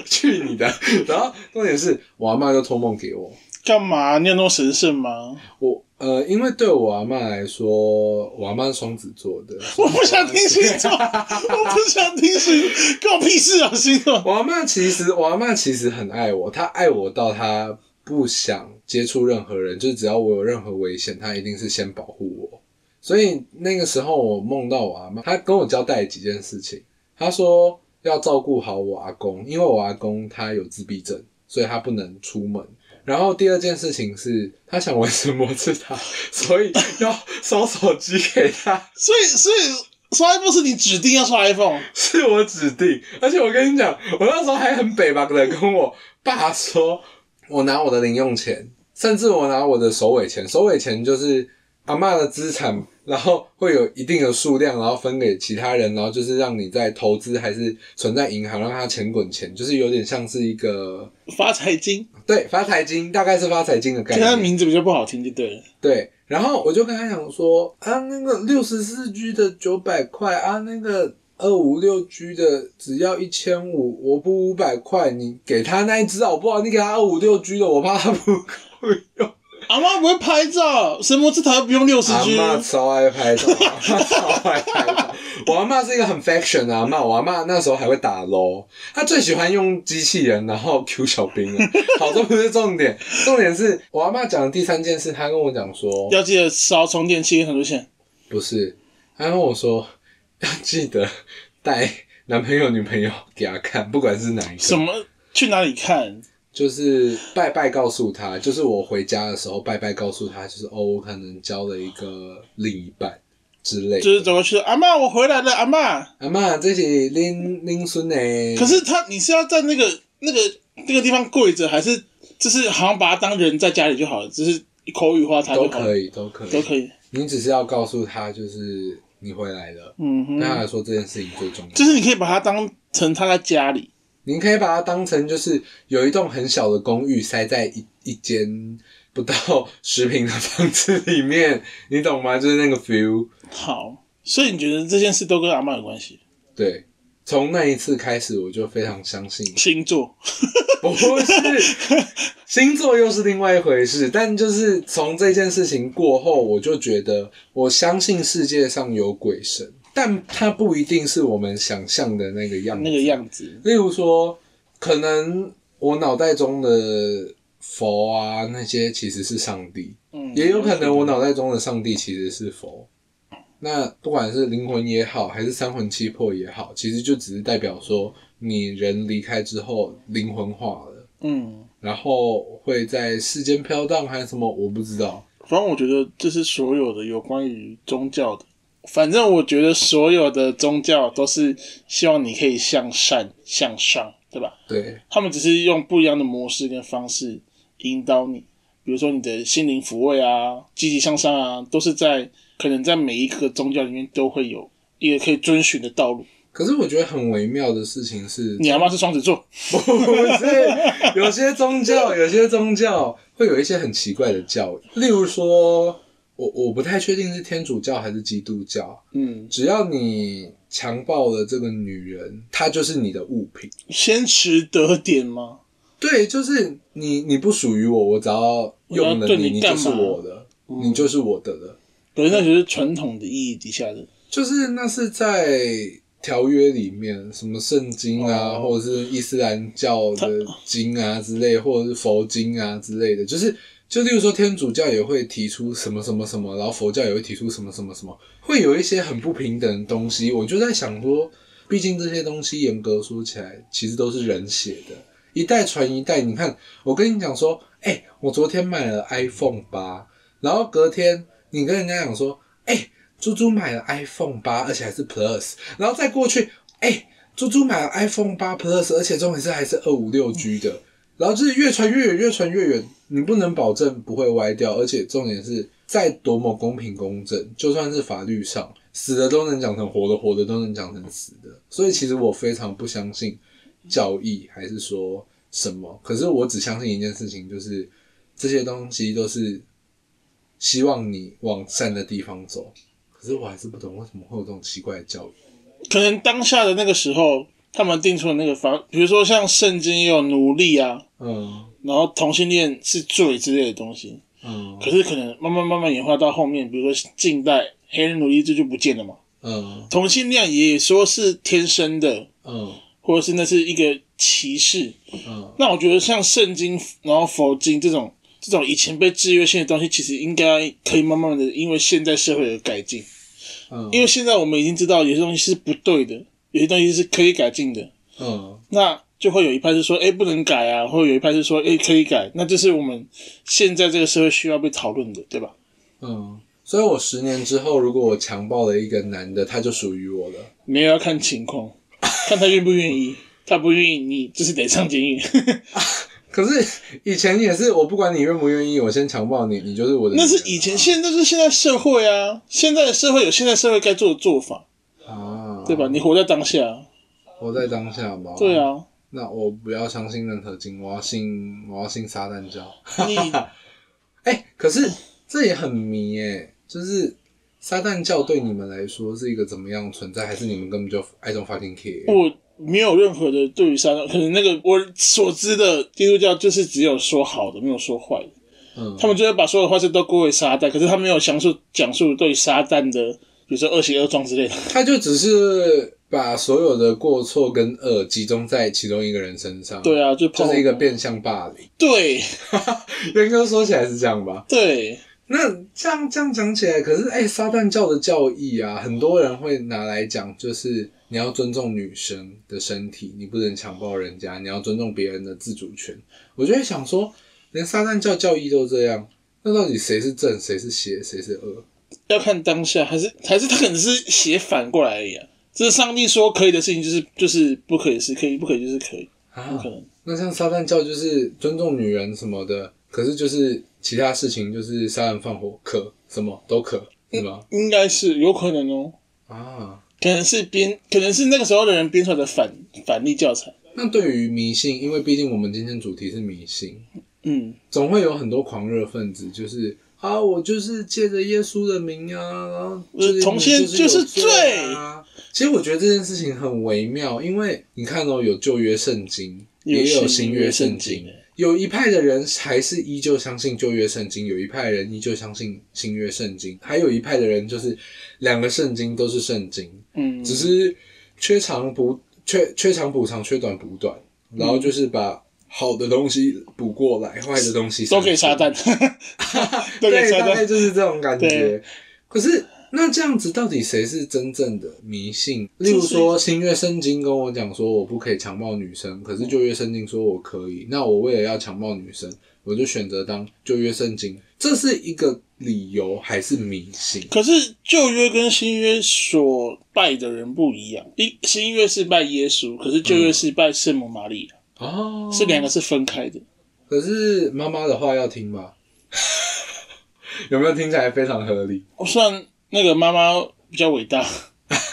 Speaker 1: 去你的！然后重点是我阿妈就托梦给我，
Speaker 2: 干嘛？你有那么神圣吗？
Speaker 1: 我呃，因为对我阿妈来说，我阿妈是双子座的，
Speaker 2: 我不想听星 座，我不想听星，关我屁事啊！星座，
Speaker 1: 我阿妈其实，我阿妈其实很爱我，她爱我到她不想接触任何人，就是只要我有任何危险，她一定是先保护我。所以那个时候我梦到我阿妈，她跟我交代几件事情，她说要照顾好我阿公，因为我阿公他有自闭症，所以他不能出门。然后第二件事情是，他想玩神魔之塔，所以要 烧手机给他。
Speaker 2: 所以所以刷 iPhone 是你指定要刷 iPhone，
Speaker 1: 是我指定，而且我跟你讲，我那时候还很北吧的跟我爸说，我拿我的零用钱，甚至我拿我的首尾钱，首尾钱就是阿嬷的资产然后会有一定的数量，然后分给其他人，然后就是让你在投资还是存在银行，让它钱滚钱，就是有点像是一个
Speaker 2: 发财经，
Speaker 1: 对发财金，大概是发财金的概
Speaker 2: 但它
Speaker 1: 念。
Speaker 2: 名字比较不好听就对了。
Speaker 1: 对，然后我就跟他讲说啊，那个六十四 G 的九百块啊，那个二五六 G 的只要一千五，我不五百块，你给他那一只好不好？你给他二五六 G 的，我怕他不够用。
Speaker 2: 阿妈不会拍照，神魔之塔又不用六十
Speaker 1: 阿
Speaker 2: G，
Speaker 1: 妈超爱拍照，阿妈超爱拍照。我阿妈是一个很 fashion 的阿妈，我阿妈那时候还会打 LO，她最喜欢用机器人然后 Q 小兵了。好，这不是重点，重点是我阿妈讲的第三件事，她跟我讲说，
Speaker 2: 要记得烧充电器跟很多线。
Speaker 1: 不是，她跟我说 要记得带男朋友女朋友给她看，不管是哪一个，
Speaker 2: 什么？去哪里看？
Speaker 1: 就是拜拜告诉她，就是我回家的时候拜拜告诉她，就是哦，我可能交了一个另一半之类的，
Speaker 2: 就是走过去，阿妈，我回来了，阿妈。
Speaker 1: 阿嬷，这是拎拎孙欸呢。
Speaker 2: 可是他，你是要在那个那个那个地方跪着，还是就是好像把他当人在家里就好了，只是口语化他
Speaker 1: 都
Speaker 2: 就好了，
Speaker 1: 可以，都可以，
Speaker 2: 都可以。
Speaker 1: 你只是要告诉他，就是你回来了。
Speaker 2: 嗯
Speaker 1: 对他
Speaker 2: 哼，
Speaker 1: 来说，这件事情最重要。
Speaker 2: 就是你可以把它当成他在家里，
Speaker 1: 你可以把它当成就是有一栋很小的公寓，塞在一一间不到十平的房子里面，你懂吗？ 就是那个 feel。
Speaker 2: 好，所以你觉得这件事都跟阿妈有关系？
Speaker 1: 对，从那一次开始，我就非常相信
Speaker 2: 星座，
Speaker 1: 不是，星座又是另外一回事。但就是从这件事情过后，我就觉得我相信世界上有鬼神，但它不一定是我们想象的那个样子。
Speaker 2: 那个样子，
Speaker 1: 例如说，可能我脑袋中的佛啊那些其实是上帝，
Speaker 2: 嗯，
Speaker 1: 也有可能我脑袋中的上帝其实是佛。那不管是灵魂也好，还是三魂七魄也好，其实就只是代表说你人离开之后灵魂化了。
Speaker 2: 嗯，
Speaker 1: 然后会在世间飘荡还是什么，我不知道。
Speaker 2: 反正我觉得这是所有的有关于宗教的。反正我觉得所有的宗教都是希望你可以向善向上，对吧？
Speaker 1: 对，
Speaker 2: 他们只是用不一样的模式跟方式引导你，比如说你的心灵抚慰啊、积极向上啊，都是在可能在每一个宗教里面都会有一个可以遵循的道路。
Speaker 1: 可是我觉得很微妙的事情是，
Speaker 2: 你阿妈是双子座，
Speaker 1: 不是有些宗教，有些宗教会有一些很奇怪的教义，例如说，我我不太确定是天主教还是基督教，
Speaker 2: 嗯，
Speaker 1: 只要你强暴了这个女人，她就是你的物品。
Speaker 2: 先持得点吗？
Speaker 1: 对，就是你，你不属于我，我只要用了
Speaker 2: 我要对
Speaker 1: 你，
Speaker 2: 你
Speaker 1: 你
Speaker 2: 干
Speaker 1: 就
Speaker 2: 嘛
Speaker 1: 是我的，你就是我的了。
Speaker 2: 可是那就是传统的意义底下的，
Speaker 1: 就是那是在条约里面，什么圣经啊，
Speaker 2: 哦
Speaker 1: 或者是伊斯兰教的经啊之类，或者是佛经啊之类的，就是就例如说天主教也会提出什么什么什么，然后佛教也会提出什么什么什么，会有一些很不平等的东西。我就在想说，毕竟这些东西严格说起来，其实都是人写的，一代传一代。你看，我跟你讲说，哎、我昨天买了 iPhone 八，然后隔天你跟人家讲说，哎、猪猪买了 iPhone 八，而且还是 Plus，然后再过去，哎、猪猪买了 iPhone 八 Plus，而且重点是还是二五六 G 的，然后就是越传越远，越传越远，你不能保证不会歪掉，而且重点是再多么公平公正，就算是法律上死的都能讲成活的，活的都能讲成死的，所以其实我非常不相信教义还是说什么，可是我只相信一件事情，就是这些东西都是希望你往善的地方走。可是我还是不懂为什么会有这种奇怪的教育。
Speaker 2: 可能当下的那个时候，他们定出的那个方，比如说像圣经也有奴隶啊，
Speaker 1: 嗯
Speaker 2: 然后同性恋是罪之类的东西，
Speaker 1: 嗯
Speaker 2: 可是可能慢慢慢慢演化到后面，比如说近代黑人奴隶制就不见了嘛，
Speaker 1: 嗯
Speaker 2: 同性恋也说是天生的，
Speaker 1: 嗯
Speaker 2: 或者是那是一个歧视。
Speaker 1: 嗯，
Speaker 2: 那我觉得像圣经，然后佛经这种这种以前被制约性的东西，其实应该可以慢慢的，因为现在社会而改进。
Speaker 1: 嗯
Speaker 2: 因为现在我们已经知道有些东西是不对的，有些东西是可以改进的。
Speaker 1: 嗯
Speaker 2: 那就会有一派是说，哎、不能改啊，或者有一派是说，哎、可以改。那这是我们现在这个社会需要被讨论的，对吧？
Speaker 1: 嗯，所以我十年之后，如果我强暴了一个男的，他就属于我了。
Speaker 2: 没有要看情况，看他愿不愿意。他不愿意，你就是得上监狱。
Speaker 1: 可是以前也是，我不管你愿不愿意，我先强暴你，你就是我的女
Speaker 2: 那
Speaker 1: 人啊。
Speaker 2: 是以前，现在就是现在社会啊，现在的社会有现在社会该做的做法，
Speaker 1: 啊，
Speaker 2: 对吧？？你活在当下，
Speaker 1: 活在当下吧。
Speaker 2: 对。啊，
Speaker 1: 那我不要相信任何经，我要信，我要信撒旦教。
Speaker 2: 你
Speaker 1: 哎、可是这也很迷哎、就是撒旦教对你们来说是一个怎么样的存在，还是你们根本就 I don't fucking care？嗯
Speaker 2: 我没有任何的对于撒旦，可能那个我所知的基督教就是只有说好的，没有说坏的。
Speaker 1: 嗯，
Speaker 2: 他们就会把所有坏事都归为撒旦，可是他没有详述讲述对撒旦的，比如说恶行恶状之类的。
Speaker 1: 他就只是把所有的过错跟恶集中在其中一个人身上。
Speaker 2: 对
Speaker 1: 啊，
Speaker 2: 啊，就
Speaker 1: 这
Speaker 2: 碰
Speaker 1: 是一个变相霸凌。
Speaker 2: 对
Speaker 1: 严格说起来是这样吧？
Speaker 2: 对，
Speaker 1: 那这样这样讲起来，可是哎、撒旦教的教义啊，很多人会拿来讲，就是你要尊重女生的身体，你不能强暴人家，你要尊重别人的自主权。我就会想说，连撒旦教教义都这样，那到底谁是正，谁是邪，谁是恶？
Speaker 2: 要看当下，还是还是他可能是写反过来而已啊。这是上帝说可以的事情，就是就是不可以是可以，不可以就是可以，不
Speaker 1: 啊
Speaker 2: 可能。
Speaker 1: 那像撒旦教就是尊重女人什么的，可是就是其他事情就是杀人放火可什么都可，是吗？
Speaker 2: 应该是有可能哦，
Speaker 1: 啊，
Speaker 2: 可能是编，可能是那个时候的人编出来的反反例教材。
Speaker 1: 那对于迷信，因为毕竟我们今天主题是迷信，
Speaker 2: 嗯，
Speaker 1: 总会有很多狂热分子，就是啊，我就是借着耶稣的名啊，然后就是
Speaker 2: 同性
Speaker 1: 你就是有
Speaker 2: 就是
Speaker 1: 啊。其实我觉得这件事情很微妙，因为你看哦，有旧约圣经，也有新约圣经。有一派的人还是依旧相信旧约圣经，有一派人依旧相信新约圣经，还有一派的人就是两个圣经都是圣经，
Speaker 2: 嗯，
Speaker 1: 只是缺长补缺缺长补长，缺短补短，然后就是把好的东西补过来，坏的东西
Speaker 2: 都可以撒
Speaker 1: 删除
Speaker 2: 旦，都可以
Speaker 1: 对，
Speaker 2: 撒
Speaker 1: 大概
Speaker 2: 旦。
Speaker 1: 就是这种感觉
Speaker 2: 对。
Speaker 1: 可是那这样子，到底谁是真正的迷信？例如说，新月圣经跟我讲说我不可以强暴女生，可是旧约圣经说我可以。那我为了要强暴女生，我就选择当旧约圣经，这是一个理由还是迷信？
Speaker 2: 可是旧约跟新约所拜的人不一样，一新约是拜耶稣，可是旧约是拜圣母玛利亚，
Speaker 1: 哦，
Speaker 2: 是两个是分开的。
Speaker 1: 可是妈妈的话要听吧？ 有没有听起来非常合理？
Speaker 2: 哦我虽然那个妈妈比较伟大，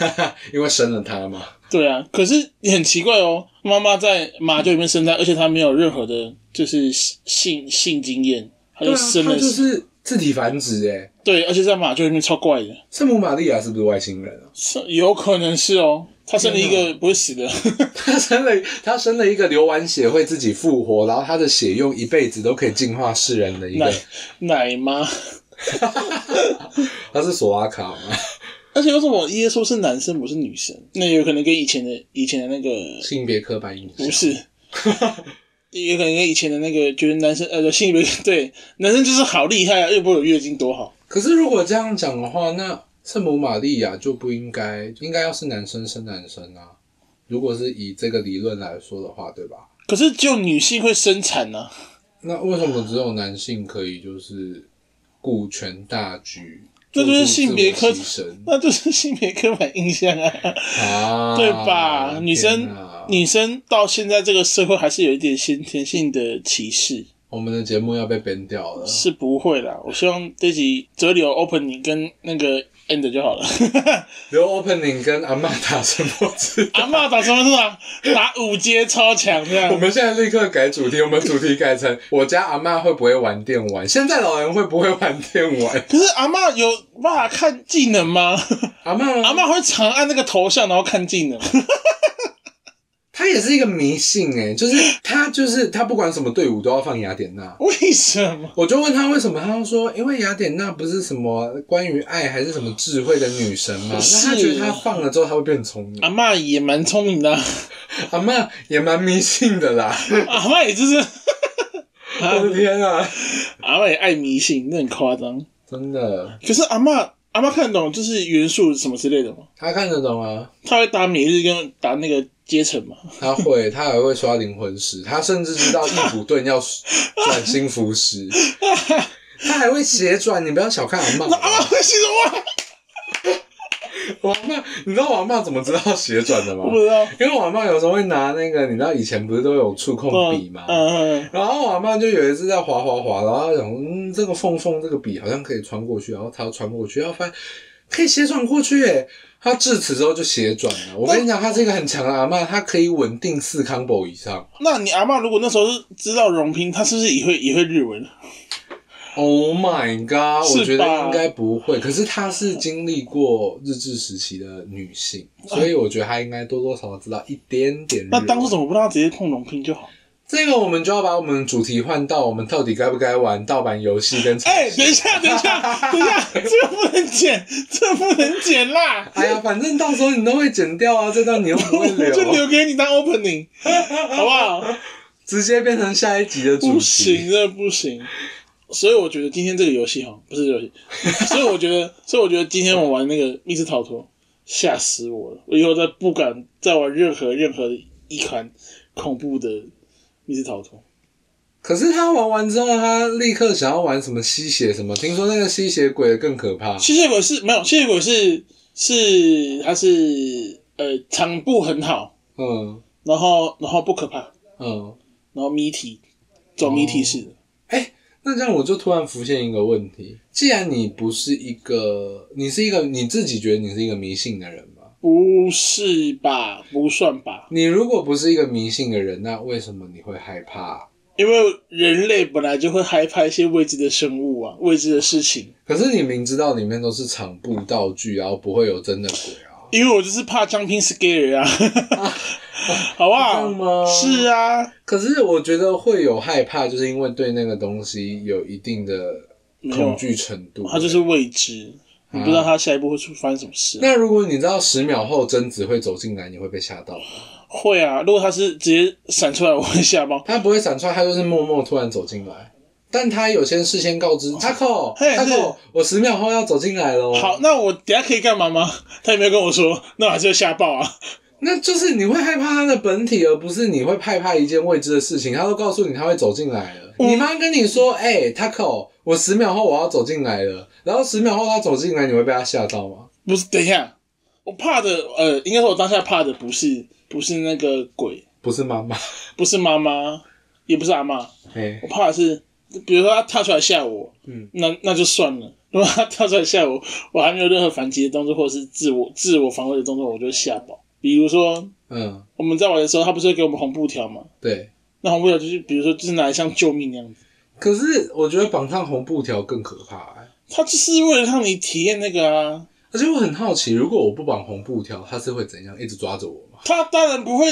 Speaker 1: 因为生了她嘛。
Speaker 2: 对啊，可是很奇怪哦，妈妈在麻醉里面生胎，而且她没有任何的，就是性性经验，她
Speaker 1: 对
Speaker 2: 就
Speaker 1: 啊，
Speaker 2: 哦生
Speaker 1: 她
Speaker 2: 了，
Speaker 1: 就是自体繁殖诶。
Speaker 2: 对，而且在麻醉里面超怪的，
Speaker 1: 圣母玛利亚是不是外星人啊？
Speaker 2: 是有可能是哦，她生了一个不会死的，
Speaker 1: 他生了他生了一个流完血会自己复活，然后他的血用一辈子都可以净化世人的一个
Speaker 2: 奶，奶妈，
Speaker 1: 他是索阿卡吗？
Speaker 2: 而且为什么耶稣是男生不是女生？那有可能跟以前的以前的那个
Speaker 1: 性别刻板印象
Speaker 2: 不是，也可能跟以前的那个觉得男生呃性别对男生就是好厉害啊，又不会有月经多好。
Speaker 1: 可是如果这样讲的话，那圣母玛利亚就不应该应该要是男生生男生啊。如果是以这个理论来说的话，对吧？
Speaker 2: 可是只有女性会生产啊呢、
Speaker 1: 那为什么只有男性可以就是顾全大局？
Speaker 2: 这就是性别刻
Speaker 1: 做出自我牺
Speaker 2: 那就是性别刻板印象啊，
Speaker 1: 牲啊，
Speaker 2: 对吧？女生
Speaker 1: 天哪
Speaker 2: 女生到现在这个社会还是有一点先天性的歧视，
Speaker 1: 我们的节目要被编掉了。
Speaker 2: 是不会啦。我希望这集折柳 opening 跟那个 end 就好了。
Speaker 1: 留 opening 跟阿曼达声波之
Speaker 2: 阿嬷打什么字啊？打五阶超强这
Speaker 1: 我
Speaker 2: 样。
Speaker 1: 们现在立刻改主题，我们主题改成我家阿嬷会不会玩电玩？现在老人会不会玩电玩？
Speaker 2: 可是阿嬷有办法看技能 吗？
Speaker 1: 阿嬷
Speaker 2: 阿嬷会常按那个头像，然后看技能。
Speaker 1: 她也是一个迷信哎、就是她就是她不管什么队伍都要放雅典娜。
Speaker 2: 为什么？
Speaker 1: 我就问她为什么，她就说因为雅典娜不是什么关于爱还是什么智慧的女神嘛，那
Speaker 2: 是
Speaker 1: 她觉得她放了之后她会变聪明
Speaker 2: 阿。嬷也蛮聪明的啊、
Speaker 1: 阿嬷也蛮迷信的啦，
Speaker 2: 阿嬷也就是
Speaker 1: 我的天啊，
Speaker 2: 阿嬷也爱迷信，那很夸张。
Speaker 1: 真的，
Speaker 2: 可是阿嬷阿嬷看得懂就是元素什么之类的吗？
Speaker 1: 她看得懂啊。
Speaker 2: 她会打每日跟打那个阶层嘛？
Speaker 1: 他会，他还会刷灵魂石，他甚至知道易卜顿要转幸福石， 他还会斜转，你不要小看阿
Speaker 2: 阿
Speaker 1: 嬷，
Speaker 2: 嬷会心说哇，
Speaker 1: 我阿妈，你知道我阿妈怎么知道血转的吗
Speaker 2: 我？不知道。
Speaker 1: 因为我阿妈有时候会拿那个，你知道以前不是都有触控笔吗？
Speaker 2: 嗯嗯
Speaker 1: 然后我阿妈就有一次在滑滑滑，然后她想说，嗯，这个缝缝这个笔好像可以穿过去，然后她要穿过去，然后发现可以斜转过去耶。她至此之后就斜转了。我跟你讲，她是一个很强的阿妈，她可以稳定四 combo 以上。
Speaker 2: 那你阿妈如果那时候是知道荣拼，她是不是也会也会日文？
Speaker 1: Oh my god！
Speaker 2: 是吧
Speaker 1: 我觉得应该不会，可是她是经历过日治时期的女性，所以我觉得她应该多多少少知道一点点日文。
Speaker 2: 那当初怎么不让她直接碰荣拼就好？
Speaker 1: 这个我们就要把我们主题换到我们到底该不该玩盗版游戏跟尝
Speaker 2: 哎、
Speaker 1: 试
Speaker 2: 等一下，等一下，等一下，这个不能剪，这个不能剪啦，
Speaker 1: 哎呀，反正到时候你都会剪掉啊，这段你又不
Speaker 2: 我
Speaker 1: 会留，
Speaker 2: 就留给你当 opening，好不好？
Speaker 1: 直接变成下一集的主
Speaker 2: 不行，
Speaker 1: 题。
Speaker 2: 这不行。所以我觉得今天这个游戏哈，不是游戏， 所以我觉得，所以我觉得今天我玩那个密室逃脱，吓死我了！我以后再不敢再玩任何任何一款恐怖的密室逃脱。
Speaker 1: 可是他玩完之后，他立刻想要玩什么吸血什么，听说那个吸血鬼更可怕。
Speaker 2: 吸血鬼是没有，吸血鬼是是它是呃场布很好，
Speaker 1: 嗯
Speaker 2: 然后然后不可怕，
Speaker 1: 嗯，
Speaker 2: 然后谜题走谜题式
Speaker 1: 哦
Speaker 2: 的，
Speaker 1: 那这样我就突然浮现一个问题：既然你不是一个，你是一个你自己觉得你是一个迷信的人吧？
Speaker 2: 不是吧？不算吧？
Speaker 1: 你如果不是一个迷信的人，那为什么你会害怕？
Speaker 2: 因为人类本来就会害怕一些未知的生物啊，未知的事情。
Speaker 1: 可是你明知道里面都是场布道具，然后不会有真的鬼啊，
Speaker 2: 因为我就是怕 jumping scare
Speaker 1: 这
Speaker 2: 啊，好不
Speaker 1: 样
Speaker 2: 好？
Speaker 1: 吗
Speaker 2: 是啊，
Speaker 1: 可是我觉得会有害怕，就是因为对那个东西有一定的
Speaker 2: 没有
Speaker 1: 恐，惧嗯程度。
Speaker 2: 它就是未知，你不知道它下一步会出发生什么事。
Speaker 1: 那如果你知道十秒后贞子会走进来，你会被吓到吗？
Speaker 2: 会啊，如果它是直接闪出来，我会吓爆。
Speaker 1: 他不会闪出来，他就是默默突然走进来。但他有些事先告知 Taco
Speaker 2: 嘿
Speaker 1: Taco，
Speaker 2: 是
Speaker 1: 我十秒后要走进来喽。
Speaker 2: 好，，那我等一下可以干嘛吗？他也没有跟我说，那我还是会吓爆啊。
Speaker 1: 那就是你会害怕他的本体，而不是你会害怕一件未知的事情。他都告诉你他会走进来了，
Speaker 2: 嗯
Speaker 1: 你妈跟你说：“哎、t a c o 我十秒后我要走进来了。”然后十秒后他走进来，你会被他吓到吗？
Speaker 2: 不是，等一下，我怕的，呃，应该说我当下怕的不是不是那个鬼，
Speaker 1: 不是妈妈，
Speaker 2: 不是妈妈，也不是阿妈，
Speaker 1: 哎、
Speaker 2: 我怕的是，比如说他跳出来吓我，
Speaker 1: 嗯，
Speaker 2: 那那就算了。如果他跳出来吓我，我还没有任何反击的动作，或者是自我自我防卫的动作，我就吓跑。比如说
Speaker 1: 嗯，
Speaker 2: 我们在玩的时候，他不是会给我们红布条嘛？
Speaker 1: 对。
Speaker 2: 那红布条就是，比如说就是拿来像救命那样子，
Speaker 1: 可是我觉得绑上红布条更可怕、欸，
Speaker 2: 他就是为了让你体验那个啊。
Speaker 1: 而且我很好奇，如果我不绑红布条，他是会怎样？一直抓着我吗？
Speaker 2: 他当然不会，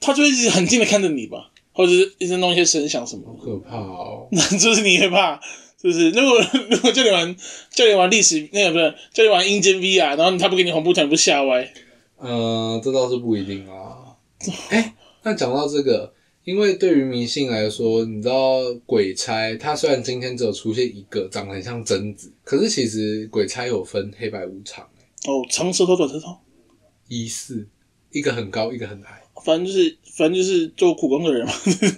Speaker 2: 他就一直很近的看着你吧，或者是一直弄一些声响什么的。
Speaker 1: 可怕哦！
Speaker 2: 就是你会怕，就是如果如果叫你玩叫你玩历史那个不是叫你玩阴间 VR，然后他不给你红布条，你不吓歪？
Speaker 1: 嗯，这倒是不一定啊。哎、那讲到这个，因为对于迷信来说，你知道鬼差，他虽然今天只有出现一个长得很像贞子，可是其实鬼差有分黑白无常、欸，
Speaker 2: 哦，长舌头短舌头，
Speaker 1: 一四一个很高，一个很矮，
Speaker 2: 反正就是反正就是做苦工的人嘛。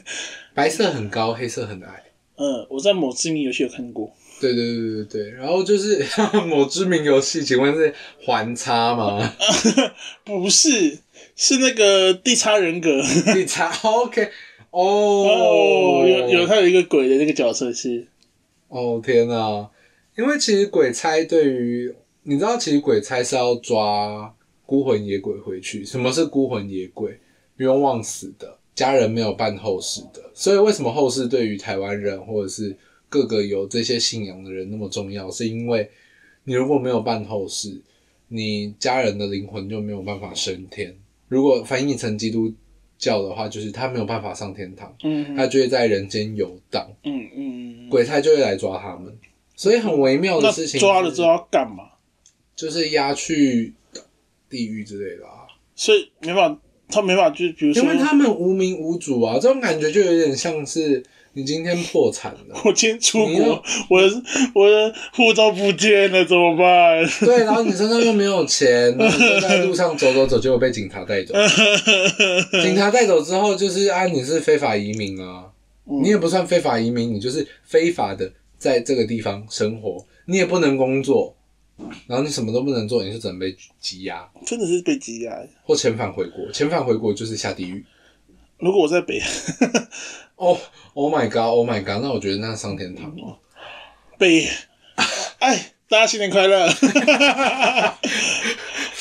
Speaker 1: 白色很高，黑色很矮。
Speaker 2: 嗯，我在某知名游戏有看过，
Speaker 1: 对对对对对，然后就是 某知名游戏，请问是环差吗？
Speaker 2: 不是是那个地差人格
Speaker 1: 你查 OK 哦
Speaker 2: 哦， 有有他有一个鬼的那个角色是
Speaker 1: 哦天哪、因为其实鬼差对于你知道，其实鬼差是要抓孤魂野鬼回去。什么是孤魂野鬼？冤枉死的，家人没有办后事的。所以为什么后事对于台湾人或者是各个有这些信仰的人那么重要？是因为你如果没有办后事，你家人的灵魂就没有办法升天。如果翻译成基督教的话，就是他没有办法上天堂，
Speaker 2: 嗯
Speaker 1: 他就会在人间游荡。
Speaker 2: 嗯嗯，
Speaker 1: 鬼差就会来抓他们。所以很微妙
Speaker 2: 那
Speaker 1: 的事情，
Speaker 2: 抓了之后，要干嘛？
Speaker 1: 就是押去地狱之类的啊，
Speaker 2: 所以没办法，他没办法，就是比如说
Speaker 1: 因为他们无名无主啊，这种感觉就有点像是你今天破产了，
Speaker 2: 我今天出
Speaker 1: 你要
Speaker 2: 国，我的我的护照不见了，怎么办？
Speaker 1: 对，然后你身上又没有钱，然后你就在路上走走走，结果被警察带 走，警察带走之后就是啊，你是非法移民啊，
Speaker 2: 嗯
Speaker 1: 你也不算非法移民，你就是非法的在这个地方生活，你也不能工作，然后你什么都不能做，你就只能被羁押
Speaker 2: 真的是被挤压。
Speaker 1: 或遣返回国。遣返回国就是下地狱。
Speaker 2: 如果我在北
Speaker 1: 哦、oh,，Oh my god，Oh my god，那我觉得那上天堂哦。
Speaker 2: 北，哎，大家新年 快乐！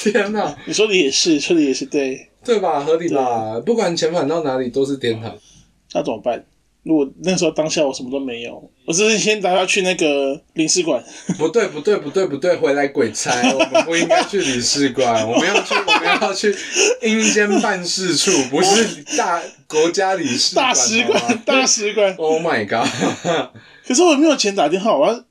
Speaker 1: 天哪，
Speaker 2: 你说的也是，说的也是对。
Speaker 1: 对吧？合理吧？不管遣返到哪里都是天堂。
Speaker 2: 那怎么办？如果那时候当下我什么都没有，我只是先打算去那个领事馆，
Speaker 1: 不对，不对，不对，不对，回来鬼差，我们不应该去领事馆，我们要去，我们要去阴间办事处，不是大国家领事
Speaker 2: 大使
Speaker 1: 馆好
Speaker 2: 馆
Speaker 1: 吗，
Speaker 2: 大使馆。
Speaker 1: Oh my god！
Speaker 2: 可是我没有钱打电话，我要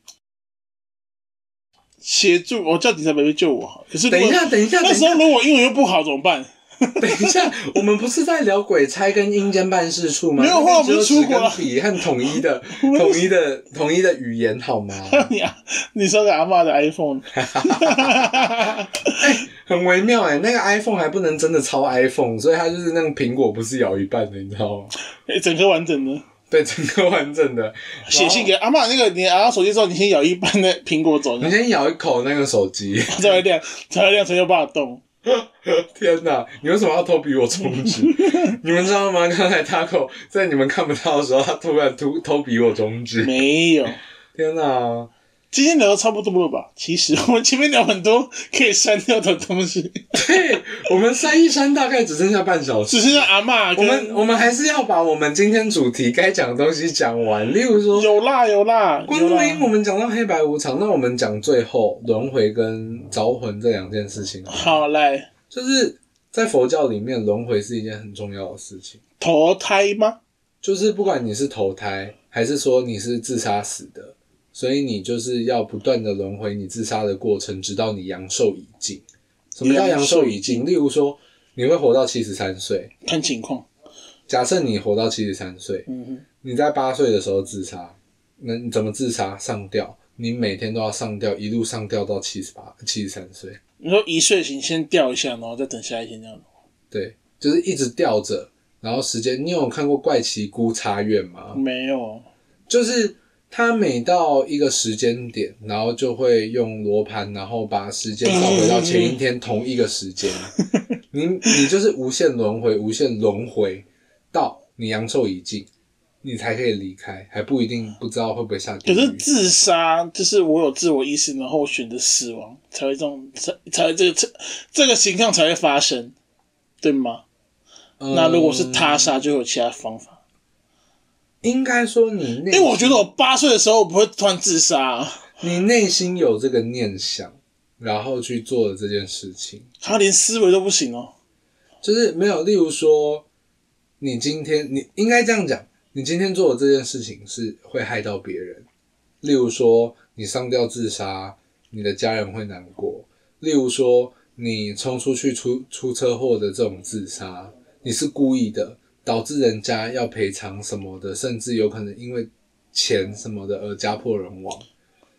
Speaker 2: 协助，我叫警察伯伯救我好了。可是如
Speaker 1: 等
Speaker 2: 果
Speaker 1: 一下，等一下，
Speaker 2: 那
Speaker 1: 等一
Speaker 2: 时候
Speaker 1: 下，
Speaker 2: 如果英文又不好怎么办？
Speaker 1: 等一下，我们不是在聊鬼差跟阴间办事处吗？
Speaker 2: 没有
Speaker 1: 那边
Speaker 2: 后来我们
Speaker 1: 只有
Speaker 2: 出国啊了
Speaker 1: 纸跟笔和统一 的、统一的、统一的语言好吗？
Speaker 2: 你啊，你说的阿嬷的 iPhone，
Speaker 1: 很微妙哎、那个 iPhone 还不能真的抄 iPhone，所以它就是那个苹果不是咬一半的，你知道 吗？
Speaker 2: 诶哎整个完整的
Speaker 1: 对，整个完整的。
Speaker 2: 写信给阿嬷那个你拿到手机之后，你先咬一半的苹果 走，
Speaker 1: 你先咬一口那个手机，
Speaker 2: 才会亮，才会亮，才有办法动。
Speaker 1: 天哪！你为什么要偷比我中 指？你们知道吗？刚才 Taco 在你们看不到的时候，他突然偷偷比我中指。
Speaker 2: 没有，
Speaker 1: 天哪！
Speaker 2: 今天聊的差不多了吧？其实我们前面聊很多可以删掉的东西，
Speaker 1: 对我们删一删，大概只剩下半小时。
Speaker 2: 只是阿嬷
Speaker 1: 我
Speaker 2: 跟
Speaker 1: 们我们还是要把我们今天主题该讲的东西讲完，例如说
Speaker 2: 有啦有啦，
Speaker 1: 关
Speaker 2: 有
Speaker 1: 注
Speaker 2: 啦
Speaker 1: 音，我们讲到黑白无常，那我们讲最后轮回跟招魂这两件事情，
Speaker 2: 好来
Speaker 1: 就是在佛教里面，轮回是一件很重要的事情。
Speaker 2: 投胎吗？
Speaker 1: 就是不管你是投胎，还是说你是自杀死的，所以你就是要不断的轮回你自杀的过程，直到你阳寿已尽。什么叫阳寿已尽？例如说，你会活到七十三岁，
Speaker 2: 看情况，
Speaker 1: 假设你活到七十三岁，
Speaker 2: 嗯哼，
Speaker 1: 你在八岁的时候自杀，那你怎么自杀？上吊，你每天都要上吊，一路上吊到七十八、七十三岁，
Speaker 2: 你说一睡醒先掉一下，然后再等下一天这样子。
Speaker 1: 对，就是一直吊着。然后时间，你有看过《怪奇估差院》吗？
Speaker 2: 没有，
Speaker 1: 就是他每到一个时间点，然后就会用罗盘，然后把时间倒回到前一天同一个时 间。你你就是无限轮回，无限轮回到你阳寿已尽，你才可以离开，还不一定不知道会不会下地
Speaker 2: 可是
Speaker 1: 狱。
Speaker 2: 自杀就是我有自我意识，然后选择死亡，才会这种才才会这个这这个情况才会发生，对吗？
Speaker 1: 嗯
Speaker 2: 那如果是他杀，就有其他方法。
Speaker 1: 应该说你内，
Speaker 2: 因为哎我觉得我八岁的时候我不会突然自杀、啊，
Speaker 1: 你内心有这个念想，然后去做了这件事情。
Speaker 2: 他连思维都不行哦。
Speaker 1: 就是没有，例如说，你今天你应该这样讲，你今天做的这件事情是会害到别人，例如说你上吊自杀，你的家人会难过；例如说你冲出去出出车祸的这种自杀，你是故意的，导致人家要赔偿什么的，甚至有可能因为钱什么的而家破人亡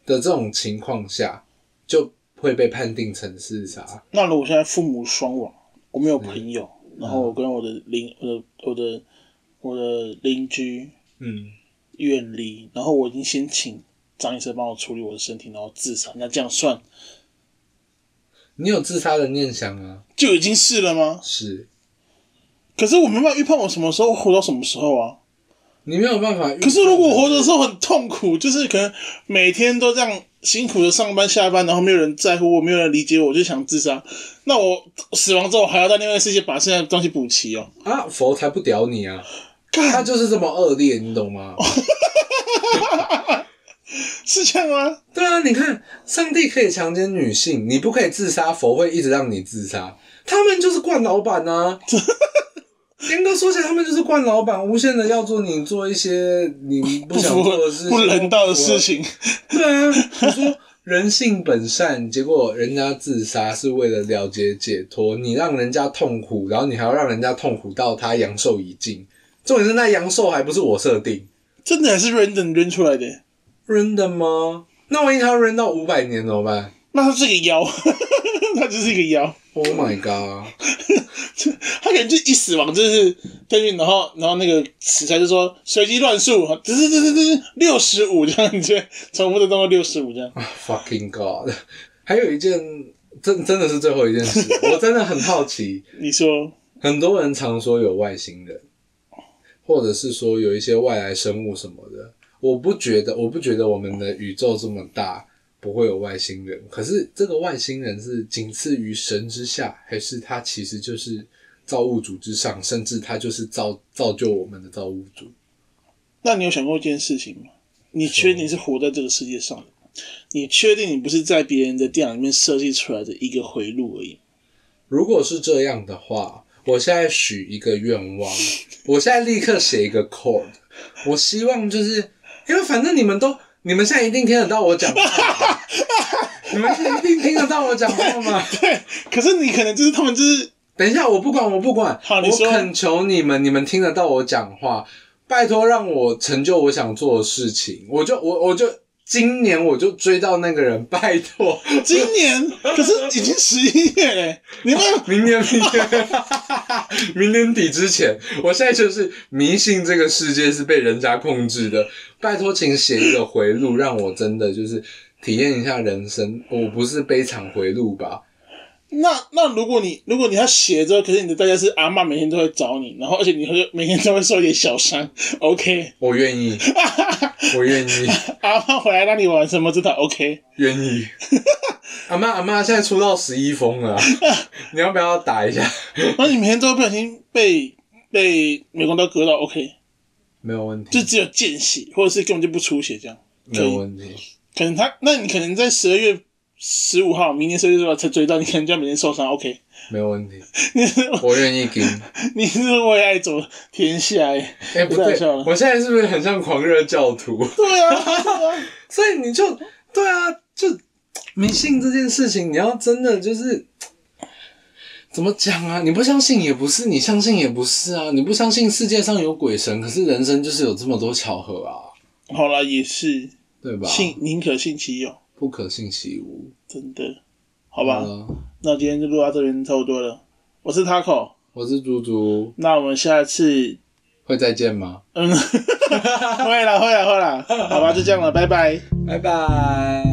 Speaker 1: 的这种情况下，就会被判定成自杀。
Speaker 2: 那如果现在父母双亡，我没有朋友，然后我跟我的邻、我的、我的、我的邻居
Speaker 1: 嗯，
Speaker 2: 远离，然后我已经先请张医生帮我处理我的身体，然后自杀，那这样算
Speaker 1: 你有自杀的念想啊？
Speaker 2: 就已经是了吗？
Speaker 1: 是。
Speaker 2: 可是我没办法预判我什么时候活到什么时候啊。
Speaker 1: 你没有办法预判。
Speaker 2: 可是如果我活的时候很痛苦，就是可能每天都这样辛苦的上班下班，然后没有人在乎我，没有人理解我，我就想自杀。那我死亡之后还要到另外一个世界把现在的东西补齐哦。
Speaker 1: 啊，佛才不屌你啊！他就是这么恶劣，你懂吗？
Speaker 2: 是这样吗？
Speaker 1: 对啊，你看，上帝可以强奸女性，你不可以自杀，佛会一直让你自杀。他们就是惯老板 啊！严格说起来，他们就是惯老板，无限的要做你做一些你不
Speaker 2: 不
Speaker 1: 想
Speaker 2: 符合
Speaker 1: 做的事情，
Speaker 2: 不人道的事情，
Speaker 1: 对啊，你说人性本善，结果人家自杀是为了了结解脱，你让人家痛苦，然后你还要让人家痛苦到他阳寿已尽。重点是那阳寿还不是我设定
Speaker 2: 真的还是 random 扔出来的。
Speaker 1: ，random 吗？那万一他要 random 到五百年哦怎么办
Speaker 2: 那他是个妖， 他就是一个妖，
Speaker 1: ？Oh my god！
Speaker 2: 他可能就一死亡就是登运，然后然后那个死材就说随机乱数，只是只是只是六十五这样，你就重复的动到六十五这样。
Speaker 1: fucking god！ 还有一件，真真的是最后一件事，我真的很好奇，
Speaker 2: 你说
Speaker 1: 很多人常说有外星人，或者是说有一些外来生物什么的，我不觉得，我不觉得我们的宇宙这么大不会有外星人。可是这个外星人是仅次于神之下，还是他其实就是造物主之上，甚至他就是造造就我们的造物主？
Speaker 2: 那你有想过一件事情吗？你确定你是活在这个世界上的吗？你确定你不是在别人的电脑里面设计出来的一个回路而已？
Speaker 1: 如果是这样的话，我现在许一个愿 望，我现在立刻写一个 code，我希望就是因为反正你们都，你们现在一定听得到我讲话 嘛，你们一定听得到我讲话吗？
Speaker 2: 对，可是你可能就是他们就是
Speaker 1: 等一下，我不管，我不管，
Speaker 2: 好你
Speaker 1: 我
Speaker 2: 说
Speaker 1: 恳求你们，你们听得到我讲话，拜托让我成就我想做的事情，我就我我就今年我就追到那个人，拜托，
Speaker 2: 今年，可是已经十一月嘞，你有没有
Speaker 1: 明年，明年， 明年底之前，我现在就是迷信这个世界是被人家控制的。拜托，请写一个回路，让我真的就是体验一下人生。我不是悲惨回路吧？
Speaker 2: 那那如果你如果你要写之后，可是你的代价是阿嬷每天都会找你，然后而且你会每天都会受一点小伤。OK，
Speaker 1: 我愿意，我愿意，
Speaker 2: 阿嬷回来让你玩什么？真的 OK？
Speaker 1: 愿意。阿妈，阿妈，现在出到十一封了啊、你要不要打一下？
Speaker 2: 然后你每天都不小心被被美工刀割到 OK，
Speaker 1: 没有问
Speaker 2: 就
Speaker 1: 题，
Speaker 2: 只有见血，或者是根本就不出血这样。
Speaker 1: 没有问题。
Speaker 2: 可能他，那你可能在十二月十五号，明年十二月十五号才追到，你可能就要每天受伤。OK，
Speaker 1: 没有问题，
Speaker 2: 你是
Speaker 1: 我愿意给你。
Speaker 2: 你是为爱走天下欸
Speaker 1: 哎、不
Speaker 2: 太
Speaker 1: 对
Speaker 2: 好笑了，
Speaker 1: 我现在是不是很像狂热教徒？
Speaker 2: 对啊，对啊
Speaker 1: 所以你就对啊，就迷信这件事情，你要真的就是怎么讲啊？你不相信也不是，你相信也不是啊。你不相信世界上有鬼神，可是人生就是有这么多巧合啊，
Speaker 2: 好啦，也是
Speaker 1: 对吧？
Speaker 2: 信宁可信其有，
Speaker 1: 不可信其无，
Speaker 2: 真的，好
Speaker 1: 好
Speaker 2: 吧。那今天就录到这边差不多了。我是 Taco，
Speaker 1: 我是猪猪，
Speaker 2: 那我们下次，
Speaker 1: 会再见吗？
Speaker 2: 嗯，会啦会啦会啦，好吧，就这样了，拜拜。
Speaker 1: 拜拜。